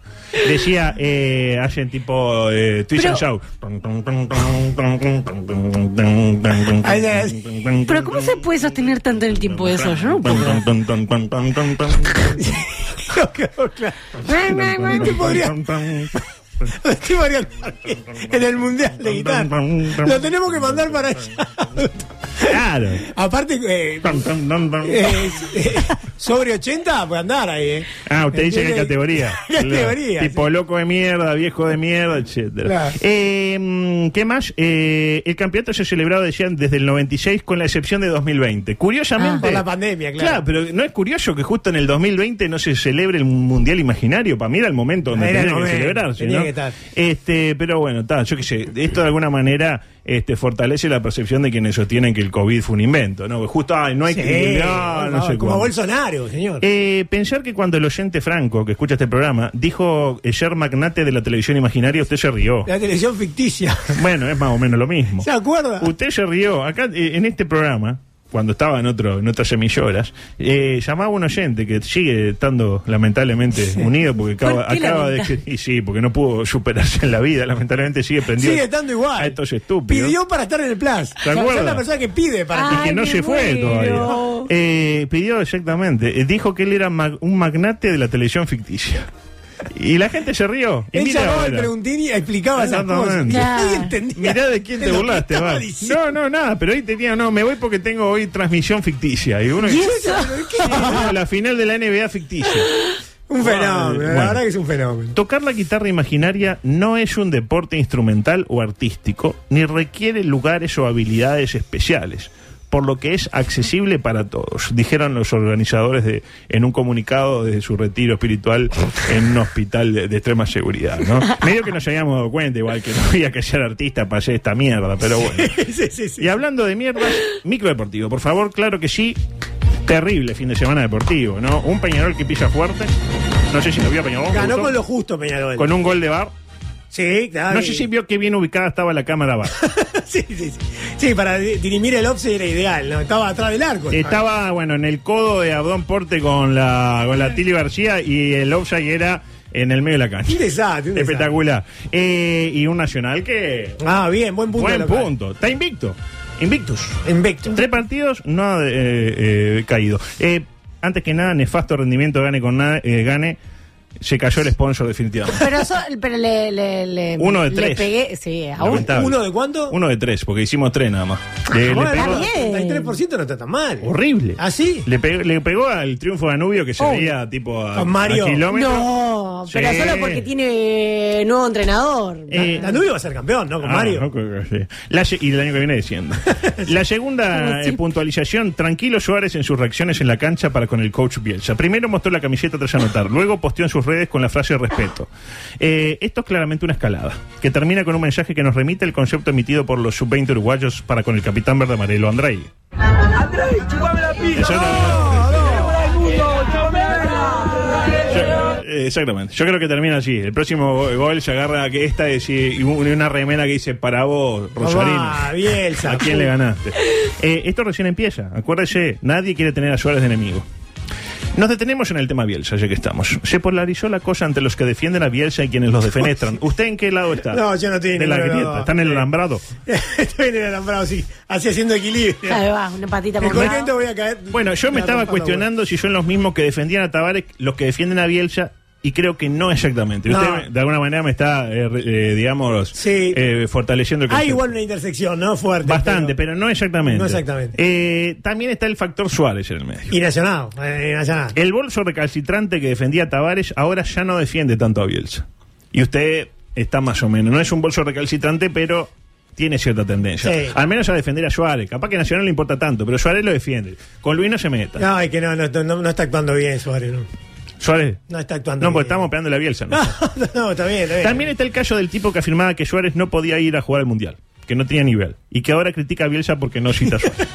H: Decía, eh, hacen tipo eh, Twist and Shout.
I: Ay, ay. Pero ¿cómo se puede sostener tanto en el tiempo de eso? Yo no puedo.
J: Te podría- te podría- en el mundial de guitarra. Lo tenemos que mandar para allá.
H: Claro.
J: Aparte, eh, eh, eh, sobre 80 puede andar ahí. eh.
H: Ah, usted dice que
J: ¿Entiende?
H: categoría.
J: Categoría,
H: Claro. Tipo loco de mierda, viejo de mierda, etcétera.
J: Claro.
H: Eh, mm, ¿Qué más? Eh, el campeonato se ha celebrado, decían, desde el 96 con la excepción de 2020. Curiosamente...
J: Ah. por la pandemia, claro.
H: Claro, pero no es curioso que justo en el 2020 no se celebre el Mundial Imaginario. Para mí era el momento donde
J: Era el
H: tenía que
J: momento,
H: celebrarse,
J: tenía
H: ¿no?
J: que estar.
H: Este, pero bueno, ta, yo qué sé, esto de alguna manera este, fortalece la percepción de quienes sostienen que el COVID fue un invento, ¿no? Justo, ay, no hay
J: Sí,
H: que... ah,
J: por
H: no
J: favor,
H: sé
J: como
H: cuánto.
J: Bolsonaro, señor.
H: Eh, pensar que cuando el oyente Franco, que escucha este programa, dijo eh, ser magnate de la televisión imaginaria, usted se rió.
J: La televisión ficticia.
H: Bueno, es más o menos lo mismo.
J: ¿Se acuerda?
H: Usted se rió. Acá, eh, en este programa, cuando estaba en, otro, en otras emisoras, eh, llamaba un oyente que sigue estando lamentablemente unido porque acaba,
J: ¿Por qué
H: acaba de...
J: lamenta-
H: Y sí, porque no pudo superarse en la vida, lamentablemente sigue prendido.
J: Sigue estando igual.
H: A estos estúpidos.
J: Pidió para estar en el Plus. O sea,
H: acuerdas?
J: es la persona que pide para
H: y que no se fue todavía. Eh, pidió exactamente, eh, dijo que él era mag- un magnate de la televisión ficticia. Y la gente se rió. Y
J: Él
H: mira
J: llamaba al
H: ahora.
J: Preguntini y explicaba esas cosas.
H: Exactamente.
J: Nadie entendía.
H: Mirá de quién te
J: lo que
H: burlaste,
J: estaba
H: Val.
J: diciendo.
H: No, no, nada, pero hoy tenía, no, me voy porque tengo hoy transmisión ficticia. Y uno
J: ¿Y eso?
H: Tengo la final de la NBA ficticia.
J: Un fenómeno,
H: Bueno.
J: la verdad que es un fenómeno.
H: Tocar la guitarra imaginaria no es un deporte instrumental o artístico, ni requiere lugares o habilidades especiales, por lo que es accesible para todos, dijeron los organizadores de, en un comunicado desde su retiro espiritual en un hospital de, de extrema seguridad. ¿no? Medio que nos habíamos dado cuenta, igual que no había que ser artista para hacer esta mierda, pero bueno.
J: Sí, sí, sí.
H: Y hablando de mierdas, microdeportivo, por favor, claro que sí. Terrible fin de semana deportivo, ¿no? Un Peñarol que pisa fuerte. No sé si lo vio a Peñarol.
J: Ganó
H: Augusto.
J: con lo justo Peñarol.
H: Con un gol de bar.
J: Sí, claro.
H: No sé si vio qué bien ubicada estaba la cámara bar.
J: sí, sí, sí. Sí, para di- dirimir el offside era ideal, ¿no? Estaba atrás del arco.
H: Estaba, bueno, en el codo de Abdón Porte con la, con la Tili García y el offside era en el medio de la cancha.
J: Un desastre, un desastre.
H: Espectacular. Eh, y un nacional que.
J: Ah, bien, buen punto.
H: Buen
J: local.
H: punto. Está invicto. Invictus.
J: Invictus.
H: Tres partidos, no ha eh, eh, caído. Eh, antes que nada, nefasto rendimiento, gane con nada, eh, gane. Se cayó el sponsor definitivamente.
I: Pero, eso, pero le, le, le-
H: Uno de
I: le
H: tres.
I: pegué, sí, a uno.
H: Lamentable.
J: ¿Uno de cuánto?
H: Uno de tres, porque hicimos tres nada más. Eh, Le-
J: Ah,
H: le
J: Bueno,
H: pegó-
J: el 33% no está tan mal.
H: horrible.
J: ¿Así?
H: Le, pe- le pegó al triunfo de Danubio que se
J: Ah, Oh.
H: veía tipo a,
J: Con Mario.
H: a kilómetros.
I: No, pero
H: Sí.
I: solo porque tiene nuevo entrenador.
H: Eh,
J: Danubio va a ser campeón, ¿no? Con
H: Ah,
J: Mario.
H: no, creo que sí. La se- y el año que viene diciendo. La segunda eh, puntualización, tranquilo Suárez en sus reacciones en la cancha para con el coach Bielsa. Primero mostró la camiseta tras anotar, luego posteó en sus redes con la frase respeto. Eh, esto es claramente una escalada, que termina con un mensaje que nos remite al concepto emitido por los sub-20 uruguayos para con el capitán verde amarelo Andrei.
F: Andrés, chupame la pija.
H: Eso
F: No, no. mundo, chupame la
H: Yo- eh, exactamente, yo creo que termina así. El próximo go- gol se agarra que esta es, y y un- y una remera que dice para vos, Rosarino.
J: Ah, Bielsa.
H: ¿A quién le ganaste? Eh, esto recién empieza. Acuérdese, nadie quiere tener a Suárez de enemigo. Nos detenemos en el tema Bielsa, ya que estamos. Se polarizó la cosa entre los que defienden a Bielsa y quienes los defenestran. ¿Usted en qué lado está?
J: No, yo no estoy en
H: De la
J: ningún lado.
H: grieta. ¿Está en el alambrado?
J: Estoy en el alambrado, sí. Así haciendo equilibrio.
I: Ahí va, una patita
J: El
I: por un
J: contento
I: lado.
J: voy a caer.
H: Bueno, yo me
J: La
H: estaba
J: tapa la
H: cuestionando si son los mismos que defendían a Tavares los que defienden a Bielsa. Y creo que no exactamente.
J: No.
H: Usted de alguna manera me está, eh, re- eh, digamos, eh, fortaleciendo el
J: Hay
H: concepto.
J: Ah, igual una intersección, ¿no? Fuerte.
H: Bastante, pero, no exactamente.
J: No exactamente.
H: Eh, también está el factor Suárez en el medio.
J: Y Nacional. eh, Nacional.
H: El bolso recalcitrante que defendía a Tavares ahora ya no defiende tanto a Bielsa. Y usted está más o menos. No es un bolso recalcitrante, pero tiene cierta tendencia.
J: Sí.
H: Al menos a defender a Suárez. Capaz que Nacional le importa tanto, pero Suárez lo defiende. Con Luis no se meta.
J: No, es que no, no, no, no está actuando bien Suárez, ¿no?
H: Suárez.
J: No está actuando
H: No,
J: bien. Ah.
H: porque estamos pegando la Bielsa. ¿no?
J: No, no, está bien, está bien.
H: También está el caso del tipo que afirmaba que Suárez no podía ir a jugar al Mundial. Que no tenía nivel. Y que ahora critica a Bielsa porque no cita a Suárez.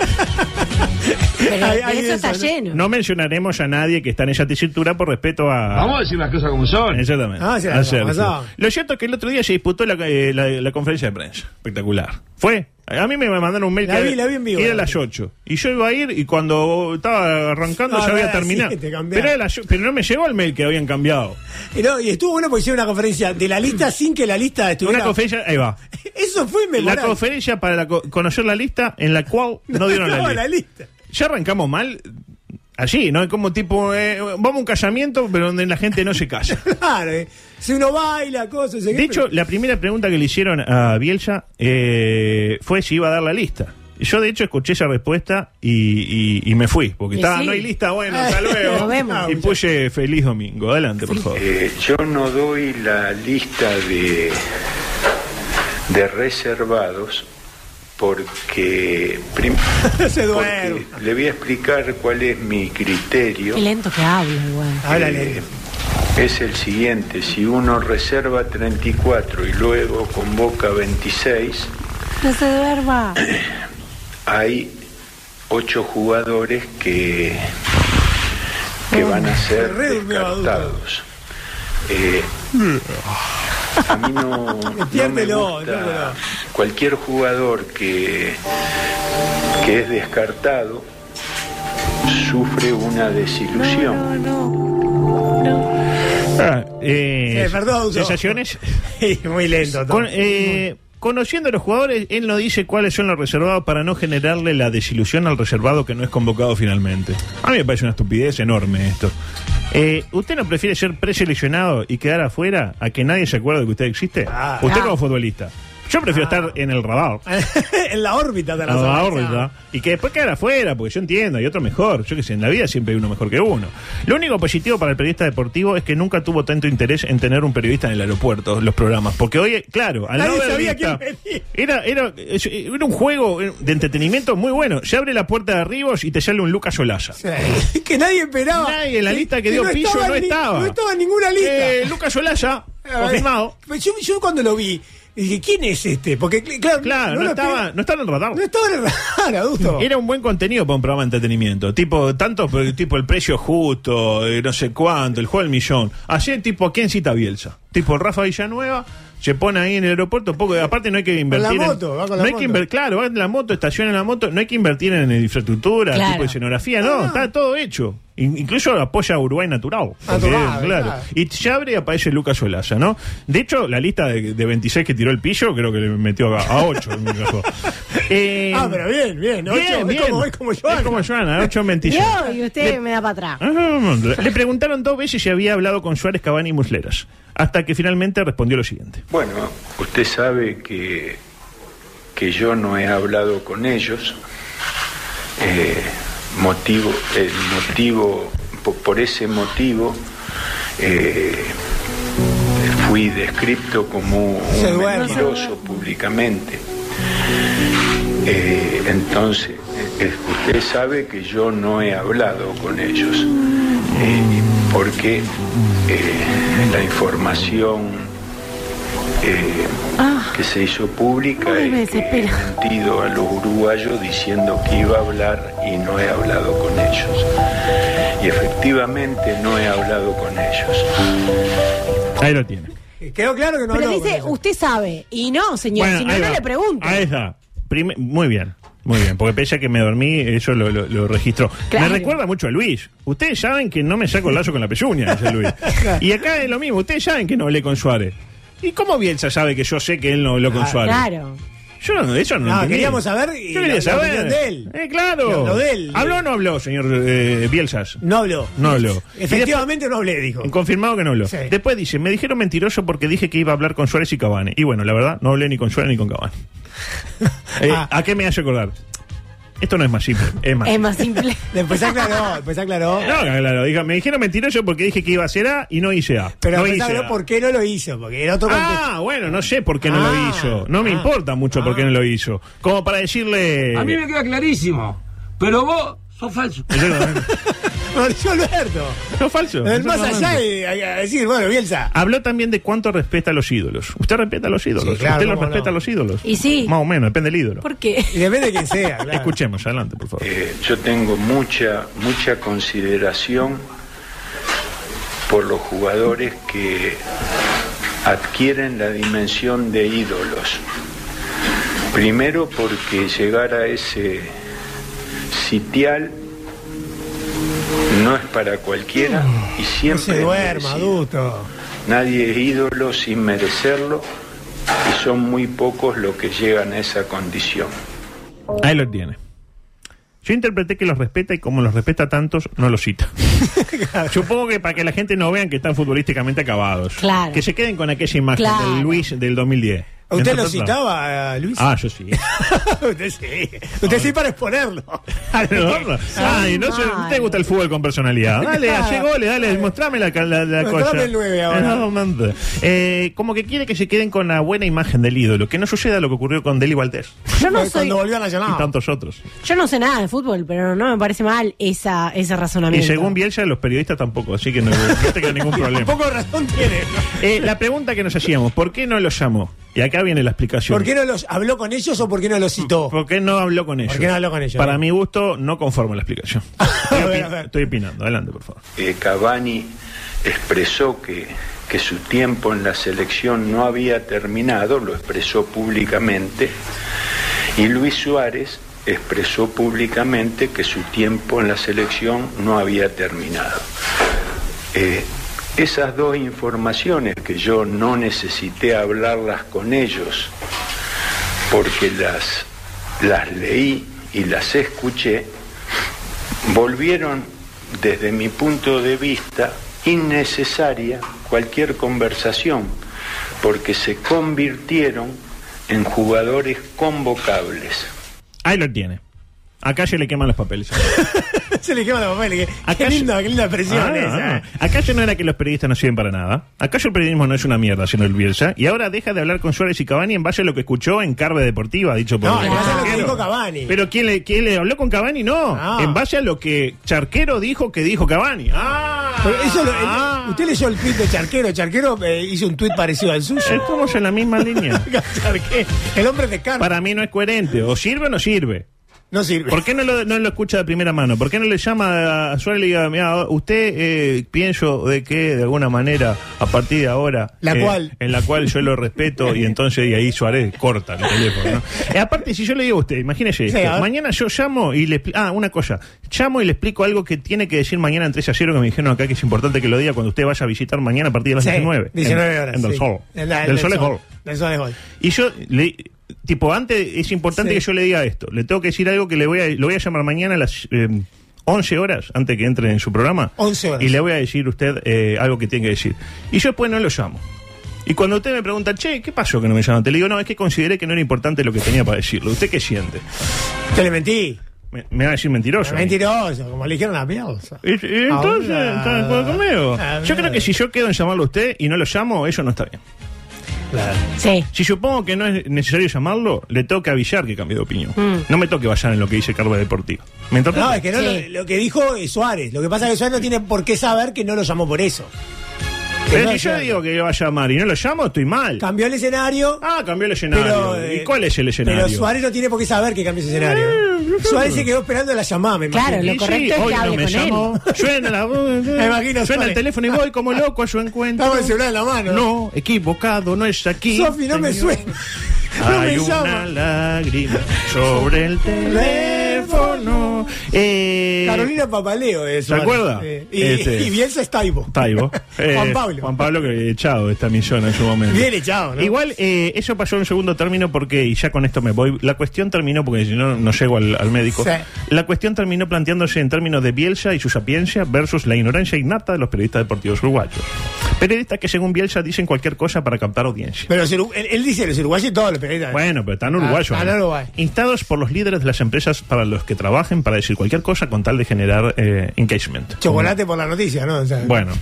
I: Pero
J: Hay-
I: de
J: hay
I: eso está
J: eso, ¿no?
I: lleno.
H: No mencionaremos a nadie que está en esa tesitura por respeto a.
B: Vamos a decir las cosas como son.
H: Exactamente.
J: Ah, sí,
H: A
J: no,
H: Sergio.
J: pasaba.
H: Lo cierto es que el otro día se disputó la, eh, la- la conferencia de prensa. Espectacular. ¿Fue? A mí me mandaron un mail
J: La
H: que
J: vi, la vi en vivo.
H: era a las 8. Y yo iba a ir y cuando estaba arrancando
J: No,
H: ya
J: no,
H: había
J: era
H: terminado.
J: siete,
H: Pero,
J: cambiaron.
H: era las- pero no me llegó el mail que habían cambiado.
J: Y, no, y estuvo bueno porque hicieron una conferencia de la lista sin que la lista estuviera.
H: Una conferencia, ahí va.
J: Eso fue
H: La
J: memorable.
H: conferencia para la co- conocer la lista en la cual no dieron la
J: estaba
H: lista.
J: la lista.
H: Ya arrancamos mal. Allí, ¿no? Es como tipo, eh, vamos a un callamiento, pero donde la gente no se calla.
J: Claro, eh. si uno baila, cosas.
H: De hecho, la primera pregunta que le hicieron a Bielsa eh, fue si iba a dar la lista. Yo, de hecho, escuché esa respuesta y, y- y me fui, porque
B: Y
H: estaba,
B: sí.
H: no hay lista, bueno, hasta luego.
B: Nos vemos.
H: Y puse feliz domingo. Adelante, por favor.
R: Eh, yo no doy la lista de, de reservados porque, prim-
J: Se
R: porque le voy a explicar cuál es mi criterio.
I: Qué lento que habla, igual.
R: Eh, es el siguiente, si uno reserva 34 y luego convoca 26,
I: No se duerma.
R: hay ocho jugadores que, que van a ser descartados. Eh, a mí no, no me
J: Despiértelo,
R: gusta cualquier jugador que, que es descartado sufre una desilusión.
H: Ah, eh,
J: Sí, perdón, yo.
H: ¿Sensaciones?
J: Muy lento. todo.
H: Con- eh, Conociendo a los jugadores, él no dice cuáles son los reservados para no generarle la desilusión al reservado que no es convocado finalmente. A mí me parece una estupidez enorme esto. Eh, ¿Usted no prefiere ser preseleccionado y quedar afuera a que nadie se acuerde que usted existe?
J: Ah.
H: usted
J: Ah.
H: como futbolista. Yo prefiero estar en el radar.
J: en la órbita de
H: A
J: la
H: la
J: selección.
H: órbita. Y que después quedar afuera, porque yo entiendo, hay otro mejor. Yo que sé, en la vida siempre hay uno mejor que uno. Lo único positivo para el periodista deportivo es que nunca tuvo tanto interés en tener un periodista en el aeropuerto, los programas. Porque hoy, claro, al no
J: Nadie
H: haber
J: sabía quién
H: lista,
J: venía.
H: era, era, es- era un juego de entretenimiento muy bueno. Se abre la puerta de Arribos y te sale un Lucas Olaya.
J: que nadie esperaba.
H: Nadie en la lista que
J: Y
H: dio
J: no
H: pillo
J: estaba
H: no
J: en ni-
H: estaba.
J: No estaba en ninguna lista.
H: Eh, Lucas Olaya, confirmado.
J: Yo, yo cuando lo vi, Y dije, ¿quién es este? Porque, cl- claro,
H: Claro, no,
J: lo
H: estaba,
J: espe-
H: no estaba en el radar.
J: No estaba en el radar, adusto.
H: Era un buen contenido para un programa de entretenimiento. Tipo, tanto, pero, tipo, el precio justo, eh, no sé cuánto, el juego del millón. Así, tipo, ¿a quién cita Bielsa? Tipo, Rafa Villanueva se pone ahí en el aeropuerto. Poco, aparte, no hay que invertir. en-
J: moto, va con la
H: no hay que
J: moto.
H: inver- claro, va en la moto, estaciona en la moto. No hay que invertir en infraestructura,
J: Claro.
H: tipo de escenografía. No, está todo hecho. In- incluso apoya a Uruguay Natural.
J: Ah,
H: porque,
J: Natural,
H: claro.
J: claro.
H: Y se abre y aparece Lucas Olaza, ¿no? De hecho, la lista de, de 26 que tiró el pillo, creo que le metió a, a 8 en mi caso. Eh,
J: Ah, pero bien, bien. ocho,
H: Bien,
J: es
H: bien.
J: como- es como Joana.
H: Es como Joana, ocho mentillas.
I: Yo, y usted me da para atrás.
H: Le preguntaron dos veces si había hablado con Suárez, Cavani y Musleras, hasta que finalmente respondió lo siguiente.
R: Bueno, usted sabe que, que yo no he hablado con ellos. Eh, motivo, el motivo, po- por ese motivo, eh, fui descrito como
J: Se
R: un
J: duerme.
R: mentiroso públicamente. Eh, entonces, eh, usted sabe que yo no he hablado con ellos, eh, porque eh, la información eh, que se hizo pública
I: Ah. Ay, me
R: es que he mentido a los uruguayos diciendo que iba a hablar y no he hablado con ellos. Y efectivamente no he hablado con ellos.
H: Ahí lo tiene.
J: Quedó claro que no
I: Pero
J: habló.
I: dice, usted sabe. Y no, señor,
H: Bueno,
I: si no,
H: ahí
I: no
H: va.
I: le pregunto.
H: Ahí está. Prime- muy bien, muy bien, porque pese a que me dormí, eso lo, lo- lo registró.
I: Claro.
H: Me recuerda mucho a Luis. Ustedes saben que no me saco el lazo con la pezuña, dice Luis. Y acá es lo mismo, ustedes saben que no hablé con Suárez. ¿Y cómo Bielsa sabe que yo sé que él no habló con Suárez?
I: Ah, Claro.
H: Yo no, de eso no,
J: No,
H: entendí.
J: queríamos saber y
H: Yo quería
J: la- la
H: saber.
J: opinión de él.
H: Eh, claro.
J: Lo de él.
H: ¿Habló o no habló, señor eh, Bielsas?
J: No habló.
H: No habló.
J: Efectivamente no hablé, dijo.
H: Y después- confirmado que no habló.
J: Sí.
H: Después dice, me dijeron mentiroso porque dije que iba a hablar con Suárez y Cavani. Y bueno, la verdad, no hablé ni con Suárez ni con Cavani. Eh,
J: Ah.
H: ¿A qué me hace acordar? Esto no es más simple, es más.
I: Es más simple.
J: Después aclaró, después aclaró.
H: No, claro, diga, me dijeron mentiroso porque dije que iba a hacer A y no hice A.
J: Pero
H: no
J: después
H: hice
J: aclaró
H: A.
J: por qué no lo hizo, porque era otro contexto.
H: Ah, bueno, no sé por qué no
J: Ah,
H: lo hizo. No me importa mucho por qué no lo hizo. Como para decirle...
F: A mí me queda clarísimo. Pero vos sos falso.
J: Mauricio Alberto.
H: No falso.
J: El más
H: Exactamente.
J: allá y a- a decir, bueno, Bielsa.
H: Habló también de cuánto respeta a los ídolos. Usted respeta a los ídolos.
J: Sí, claro,
H: Usted los
J: cómo
H: respeta
J: no.
H: a los ídolos.
I: Y sí.
H: Más o menos, depende del ídolo.
I: ¿Por qué?
J: Y depende de quién sea, claro.
H: Escuchemos, adelante, por favor.
R: Eh, yo tengo mucha, mucha consideración por los jugadores que adquieren la dimensión de ídolos. Primero porque llegar a ese sitial no es para cualquiera y
J: No
R: siempre
J: se
R: es
J: duerma,
R: merecido.
J: adulto.
R: Nadie es ídolo sin merecerlo y son muy pocos los que llegan a esa condición.
H: Ahí lo tiene. Yo interpreté que los respeta y como los respeta a tantos, no los cita. Supongo que para que la gente no vean que están futbolísticamente acabados.
I: Claro.
H: Que se queden con aquella imagen
I: Claro.
H: del Luis del 2010.
J: ¿A ¿Usted lo
H: Entonces, no.
J: citaba, a Luis?
H: Ah, yo sí.
J: usted sí. Usted sí para exponerlo.
H: Ay, Ah, no sé, te gusta el fútbol con personalidad. Dale,
J: Claro.
H: hace goles, dale, mostrame la, la, la
J: Mostrame
H: cosa.
J: el nueve ahora.
H: Exactamente. Eh, como que quiere que se queden con la buena imagen del ídolo, que no suceda lo que ocurrió con Deli Valdés
I: Yo no soy.
J: Cuando volvió a
H: y
J: Nacional.
H: tantos otros.
I: Yo no sé nada de fútbol, pero no me parece mal esa, ese
H: Y
I: razonamiento.
H: según Bielsa, los periodistas tampoco, así que no, no te queda ningún
J: Un
H: problema.
J: poco de razón tiene.
H: Eh, la pregunta que nos hacíamos, ¿por qué no los llamó? Y acá viene la explicación.
J: ¿Por qué no los habló con ellos o por qué no los citó?
H: ¿Por qué no habló con ellos?
J: qué no habló con ellos?
H: Para mi gusto, no conformo la explicación. Estoy,
J: A ver,
H: opi-
J: a ver.
H: estoy opinando, adelante, por favor.
R: eh, Cavani expresó que, que su tiempo en la selección no había terminado, lo expresó públicamente, y Luis Suárez expresó públicamente que su tiempo en la selección no había terminado. Eh, esas dos informaciones que yo no necesité hablarlas con ellos, porque las, las leí y las escuché, volvieron desde mi punto de vista innecesaria cualquier conversación, porque se convirtieron en jugadores convocables.
H: Ahí lo tiene. Acá se le queman los papeles.
J: Se le quema la papá y le dije,
H: Acá
J: qué
H: yo-
J: linda, qué linda expresión esa.
H: Ah, Acá ya no era que los periodistas no sirven para nada. Acá el periodismo no es una mierda, sino el Bielsa. Y ahora deja de hablar con Suárez y Cavani en base a lo que escuchó en Carve Deportiva, dicho por
J: No,
H: el
J: en base a lo que
H: charquero.
J: dijo Cavani.
H: Pero ¿quién le, quién le habló con Cavani? No.
J: Ah.
H: En base a lo que Charquero dijo que dijo Cavani. Ah,
J: Pero eso lo- el- usted leyó el tweet de Charquero. Charquero eh, hizo un tweet parecido al suyo.
H: Estamos en la misma línea.
J: Charquero, el hombre de carne.
H: Para mí no es coherente. O sirve o no sirve.
J: No sirve.
H: ¿Por qué no lo, no lo escucha de primera mano? ¿Por qué no le llama a- a Suárez y le diga, mira, usted eh, pienso de que de alguna manera, a partir de ahora,
J: La
H: eh,
J: cual.
H: en la cual yo lo respeto y entonces y ahí Suárez corta el teléfono. ¿no? Eh, aparte, si yo le digo a usted, imagínese,
J: Sí,
H: esto,
J: a ver.
H: mañana yo llamo y le expli- ah, una cosa, llamo y le explico algo que tiene que decir mañana en 3 a 0 que me dijeron acá que es importante que lo diga cuando usted vaya a visitar mañana a partir de las
J: Sí,
H: 19.
J: 19
H: en,
J: horas.
H: En Del
J: sí.
H: Sol.
J: En la- en
H: Del
J: Del
H: Sol es Hall.
J: Del Sol es gol.
H: Y yo le tipo antes es importante
J: Sí.
H: que yo le diga esto. Le tengo que decir algo que le voy a lo voy a llamar mañana a las eh, 11 horas antes que entre en su programa.
J: 11 horas.
H: Y le voy a decir usted eh, algo que tiene que decir. Y yo después no lo llamo. Y cuando usted me pregunta, che, ¿qué pasó que no me llaman? Te le digo, no, es que consideré que no era importante lo que tenía para decirlo. ¿Usted qué siente?
J: Te le mentí.
H: Me, me va a decir mentiroso.
J: Mentiroso, como le dijeron a Bielsa.
H: Y- y entonces,
J: Ahora-
H: ¿está de acuerdo conmigo?
J: Ah,
H: Yo creo que si yo quedo en llamarlo a usted y no lo llamo, eso no está bien. Si supongo que no es necesario llamarlo, le tengo que avisar que cambie de opinión.
J: Mm.
H: No me toque basar en lo que dice Carlos Deportivo. ¿Me entiendes?
J: No, es que no, lo, lo que dijo eh, Suárez. Lo que pasa es que Suárez no tiene por qué saber que no lo llamó por eso. que
H: Pero
J: no
H: si yo
J: sea-
H: digo que lo va a llamar y no lo llamo, estoy mal.
J: Cambió el escenario.
H: Ah, cambió el escenario.
J: Pero, eh,
H: ¿Y cuál es el escenario?
J: Pero Suárez no tiene por qué saber que cambió el escenario. Suárez se quedó esperando la llamada, me
H: Claro,
J: imagino.
H: lo Y sí, correcto es hoy que no hable me con él. llamó. Suena la voz. eh,
J: Me imagino,
H: Suena el
J: Suárez.
H: teléfono y voy como loco a su encuentro.
J: Estaba el celular en la mano.
H: No, equivocado, no es aquí.
J: Sofi, no me
H: señor.
J: suena. No me
H: Hay una
J: llama.
H: lágrima sobre el teléfono. Eh,
J: Carolina Papaleo es. Eh,
H: ¿Se acuerda?
J: y,
H: Este.
J: y Bielsa es Taibo.
H: Taibo.
J: Juan Pablo.
H: Eh, Juan Pablo que echado de esta millón en su momento.
J: Bien echado, ¿no?
H: Igual, eh, eso pasó en segundo término porque, y ya con esto me voy, la cuestión terminó, porque si no, no llego al, al médico.
J: Sí.
H: La cuestión terminó planteándose en términos de Bielsa y su sapiencia versus la ignorancia innata de los periodistas deportivos uruguayos. Periodistas que, según Bielsa, dicen cualquier cosa para captar audiencia.
J: Pero los Urugu- él, él dice los uruguayos y todos los periodistas.
H: Bueno, pero están
J: Ah,
H: uruguayos.
J: están
H: ¿no?
J: uruguayos.
H: Instados por los líderes de las empresas para los que trabajen para decir cualquier cosa con tal de generar eh, engagement.
J: Chocolate por la noticia, ¿no? O sea,
H: Bueno,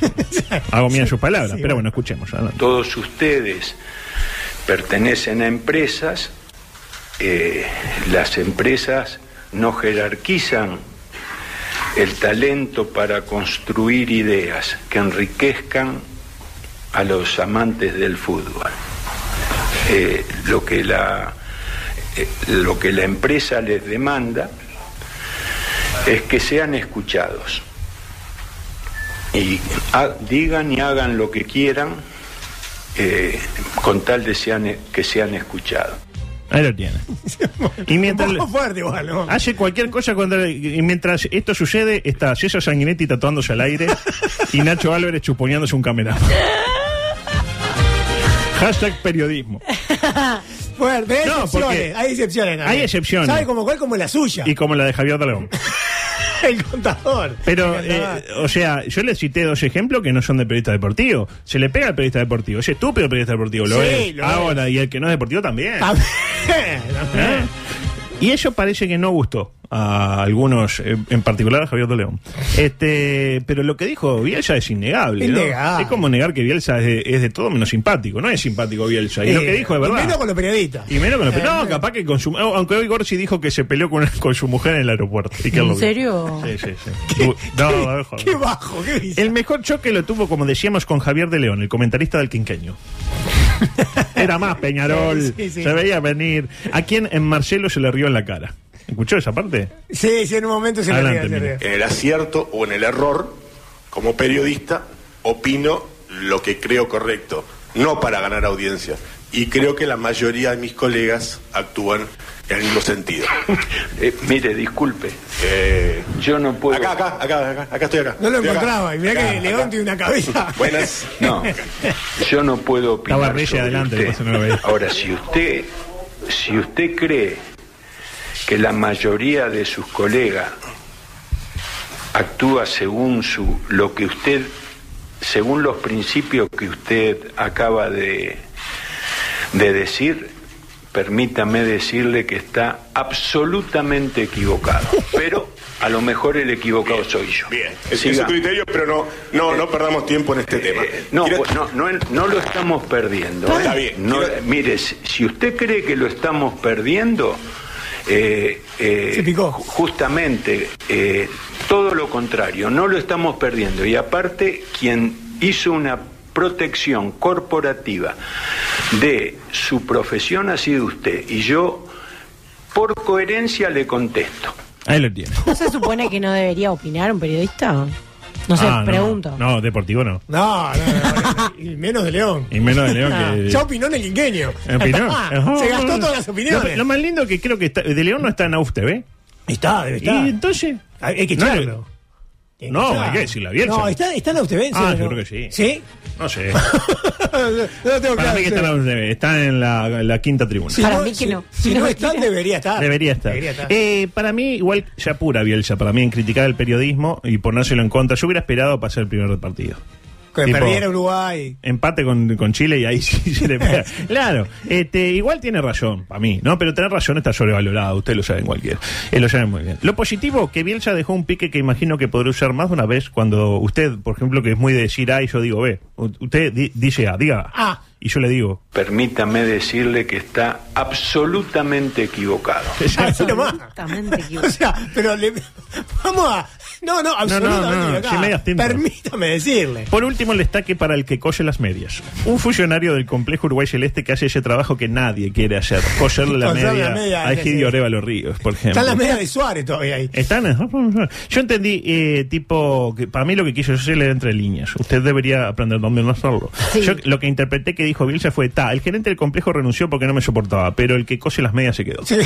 H: hago mía sus palabras,
J: Sí,
H: pero bueno, escuchemos. adelante.
R: Todos ustedes pertenecen a empresas, eh, las empresas no jerarquizan el talento para construir ideas que enriquezcan a los amantes del fútbol. Eh, lo, que la, eh, lo que la empresa les demanda es que sean escuchados y ha- digan y hagan lo que quieran eh, con tal de sean- e, que sean escuchados.
H: Ahí lo tiene. Y mientras,
J: Un poco fuerte igual, ¿no?
H: hace cualquier cosa cuando, y mientras esto sucede, está César Sanguinetti tatuándose al aire y Nacho Álvarez chuponeándose un camerado. Hashtag periodismo.
J: Bueno, pero hay
H: No, porque
J: excepciones. Hay excepciones. ¿no?
H: hay excepciones.
J: ¿Sabe como cuál? Como la suya.
H: Y como la de Javier Dragón.
J: El contador.
H: Pero,
J: El contador.
H: eh, o sea, yo le cité dos ejemplos que no son de periodista deportivo. Se le pega al periodista deportivo. Es estúpido el periodista deportivo, lo
J: Sí,
H: es.
J: lo
H: Ahora, y el que no es deportivo también.
J: También.
H: ¿Eh? Y eso parece que no gustó a algunos, eh, en particular a Javier Toleón. Este, pero lo que dijo Bielsa es innegable. ¿no?
J: Innegable.
H: Es como negar que Bielsa es de, es de todo menos simpático. No es simpático Bielsa. Y lo que
J: Eh,
H: dijo es
J: Y
H: verdad.
J: menos con los periodistas.
H: Y menos con los-
J: Eh,
H: No, capaz que con su. Aunque hoy Gorsi dijo que se peleó con, con su mujer en el aeropuerto. ¿Y que él lo
I: ¿En
H: vio.
I: serio?
H: Sí, sí, sí. Du- no, no, no,
J: Qué bajo, qué bizarro.
H: El mejor choque lo tuvo, como decíamos, con Javier de León, el comentarista del quinqueño. Era más Peñarol,
J: Sí, sí, sí.
H: se veía venir. A quien en Marcelo se le rió en la cara. ¿Escuchó esa parte?
J: Sí, sí, en un momento se
H: Eh,
J: le
H: Adelante,
J: ríe, se le
H: mire.
J: ríe.
S: En el acierto o en el error, como periodista, opino lo que creo correcto, no para ganar audiencia. Y creo que la mayoría de mis colegas actúan en el mismo sentido.
R: Eh, mire, disculpe,
S: Eh,
R: yo no puedo...
S: acá, acá, acá, acá, acá estoy acá.
J: No lo
S: Estoy acá.
J: encontraba. Y mirá
S: Acá,
J: que León
S: acá.
J: tiene una cabeza.
S: Buenas.
R: No, yo no puedo opinar
H: Estaba Reyes
R: sobre
H: adelante,
R: usted.
H: por eso no lo veía.
R: Ahora, si usted, si usted cree que la mayoría de sus colegas actúa según su lo que usted según los principios que usted acaba de de decir, permítame decirle que está absolutamente equivocado. Pero a lo mejor el equivocado soy yo.
S: Bien, es, es
R: Siga.
S: un criterio, pero no, no, no perdamos tiempo en este tema.
R: No,
S: Quiero-
R: pues, no, no, no lo estamos perdiendo. ¿eh?
S: Está bien.
R: No, mire, si- si usted cree que lo estamos perdiendo, eh, eh, ju- justamente eh, Todo lo contrario, no lo estamos perdiendo. Y aparte, quien hizo una protección corporativa de su profesión ha sido usted. Y yo, por coherencia, le contesto.
H: Ahí lo tiene.
I: ¿No se supone que no debería opinar un periodista? No sé,
H: Ah,
I: pregunto.
H: No, deportivo no.
J: No, no, no, no. Y menos de León.
H: Y menos de León que.
J: Ya opinó en el quinquenio.
H: Opinó.
J: Ah, Se gastó todas las
H: Lo,
J: opiniones.
H: lo más lindo que creo que está, de León no está en AUF TV.
J: Está, debe estar.
H: ¿Y entonces?
J: Hay hay que
H: No,
J: echarlo.
H: No, hay que decirlo abierto.
J: No, está, está en la UTV,
H: Ah,
J: ¿no?
H: yo creo que sí.
J: ¿Sí?
H: No sé.
J: no lo tengo
H: Para
J: claro.
H: mí que
J: sí.
H: está en la AUF TV, está en la, en la quinta tribuna.
J: Si
I: Para
J: no,
I: mí que
J: si-
I: no.
J: Si
I: Si
J: no
I: no
J: están, debería estar.
H: Debería estar. Eh, para mí, igual se apura Bielsa, para mí, en criticar el periodismo y ponérselo en contra. Yo hubiera esperado pasar el primer partido.
J: Que
H: Tipo,
J: perdiera Uruguay.
H: Empate con, con Chile y ahí sí se le pega. Claro, este, igual tiene razón, para mí, ¿no? Pero tener razón está sobrevalorado, ustedes lo saben cualquiera. Eh, lo saben muy bien. Lo positivo, que Bielsa dejó un pique que imagino que podrá usar más de una vez cuando usted, por ejemplo, que es muy de decir A y yo digo B. U- Usted di- dice A, diga A. Y yo le digo.
R: Permítame decirle que está absolutamente equivocado.
I: Ah,
H: Ah,
J: Así nomás. O sea, pero le. Vamos a. No, no, absolutamente.
H: no, no,
J: acá.
H: sin medias tintas.
J: Permítame decirle.
H: Por último, el destaque para el que coge las medias. Un funcionario del complejo Uruguay Celeste que hace ese trabajo que nadie quiere hacer. Coser la
J: Coser la
H: media,
J: media,
H: a
J: sí,
H: Egidio
J: sí.
H: Arevalo Ríos, por ejemplo.
J: Están las medias de Suárez todavía ahí.
H: Están, ¿eh? Yo entendí, eh, tipo, que para mí lo que quiso yo leer entre líneas. Usted debería aprender también a hacerlo. Yo lo que interpreté que dijo Bielsa fue, ta, el gerente del complejo renunció porque no me soportaba, pero el que cose las medias se quedó.
J: Sí.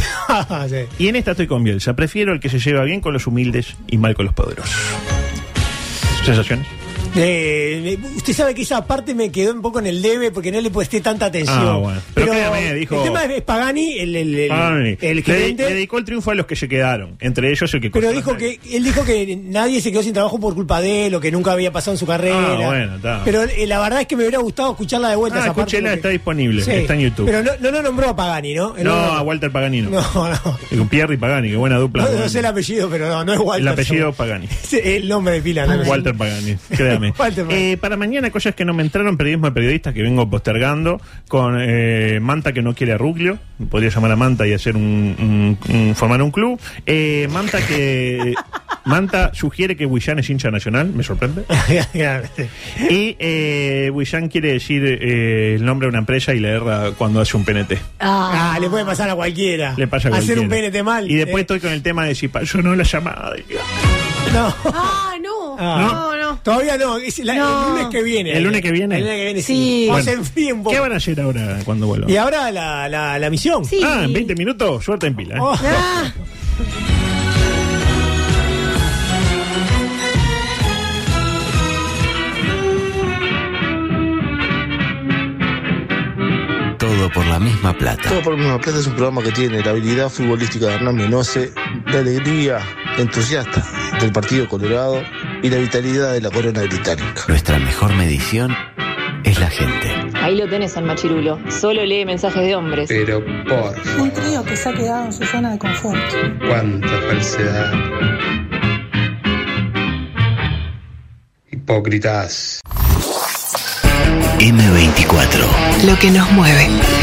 J: sí.
H: Y en esta estoy con Bielsa. Prefiero el que se lleva bien con los humildes y mal con los poderosos. ¿Sensaciones?
J: Eh, usted sabe que esa parte me quedó un poco en el debe porque no le presté tanta atención.
H: Ah, bueno. Pero créame, dijo-
J: El tema es Pagani, el, el, el-
H: Ay,
J: el
H: le-
J: gerente.
H: le, dedicó el triunfo a los que se quedaron, entre ellos el que
J: pero
H: cose
J: dijo
H: las medias.
J: que él dijo que nadie se quedó sin trabajo por culpa de él o que nunca había pasado en su carrera.
H: Ah, bueno, está.
J: Pero eh, la verdad es que me hubiera gustado escucharla de vuelta.
H: Ah,
J: esa parte,
H: escúchela,
J: porque-
H: está disponible,
J: Sí.
H: está en YouTube.
J: Pero no, no lo nombró a Pagani, ¿no? Él
H: no,
J: lo
H: a
J: nombró.
H: Walter Paganino.
J: No, no.
H: Con Pierre y Pagani, qué buena dupla.
J: No, no sé el apellido, pero no, no es Walter.
H: El
J: seguro.
H: apellido Pagani.
J: Sí, El nombre de pila. no, no.
H: Walter Pagani, créame.
J: Walter Pagani.
H: Eh, para mañana, cosas que no me entraron: periodismo de periodistas que vengo postergando. Con eh, Manta que no quiere a Ruglio. Podría llamar a Manta y hacer un. un- un- formar un club. Eh, Manta que. Manta sugiere que Huillán es hincha nacional. Me sorprende. Y eh, Huillán quiere decir eh, el nombre de una empresa y la erra cuando hace un PNT.
J: Ah, le puede pasar a cualquiera.
H: Le pasa a
J: Hacer un
H: cualquiera.
J: PNT mal.
H: Y después
J: eh,
H: estoy con el tema de si yo no la llamada.
J: no.
I: Ah, no.
J: Ah.
I: No, no.
J: Todavía no, es la-
I: No.
J: el lunes que viene.
H: El lunes que viene.
J: El lunes que viene, sí.
I: Sí.
J: Va a
H: Bueno.
J: ser frío un poco.
H: ¿Qué van a hacer ahora cuando vuelvan?
J: Y ahora la, la, la misión.
I: Sí.
H: Ah, en 20 minutos, suerte en pila. ¿eh?
J: Oh.
I: Ah,
A: Todo por la misma plata.
T: Todo por la misma plata es un programa que tiene la habilidad futbolística de Hernán Menose, la alegría entusiasta del Partido Colorado y la vitalidad de la corona británica.
A: Nuestra mejor medición es la gente.
U: Ahí lo tenés al machirulo. Solo lee mensajes de hombres.
V: Pero por
W: Un trío que se ha quedado en su zona de confort.
V: cuánta falsedad. Hipócritas.
A: M24.
C: Lo que nos mueve.